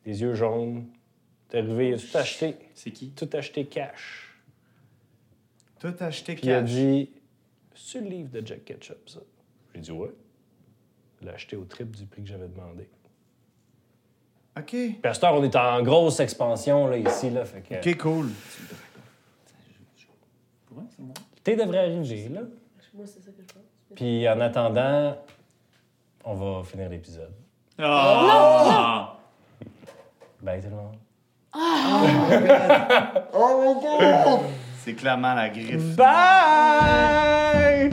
[SPEAKER 1] des yeux jaunes. T'es arrivé, il a tout acheté.
[SPEAKER 2] C'est qui?
[SPEAKER 1] Tout acheté cash.
[SPEAKER 5] Tout acheté
[SPEAKER 1] Puis il a
[SPEAKER 5] cash.
[SPEAKER 1] dit C'est le livre de Jack Ketchup, ça J'ai dit Ouais. Il l'a acheté au triple du prix que j'avais demandé.
[SPEAKER 8] OK.
[SPEAKER 1] Puis à cette heure, on est en grosse expansion là, ici. Là, fait que,
[SPEAKER 8] OK, cool.
[SPEAKER 7] Ouais, c'est bon.
[SPEAKER 1] Thé devrait arriver. Là.
[SPEAKER 3] Moi, c'est ça que je pense.
[SPEAKER 1] Puis en attendant, on va finir l'épisode.
[SPEAKER 7] Ah!
[SPEAKER 1] Bye Ben, tout le monde.
[SPEAKER 8] C'est clairement la griffe.
[SPEAKER 1] Bye!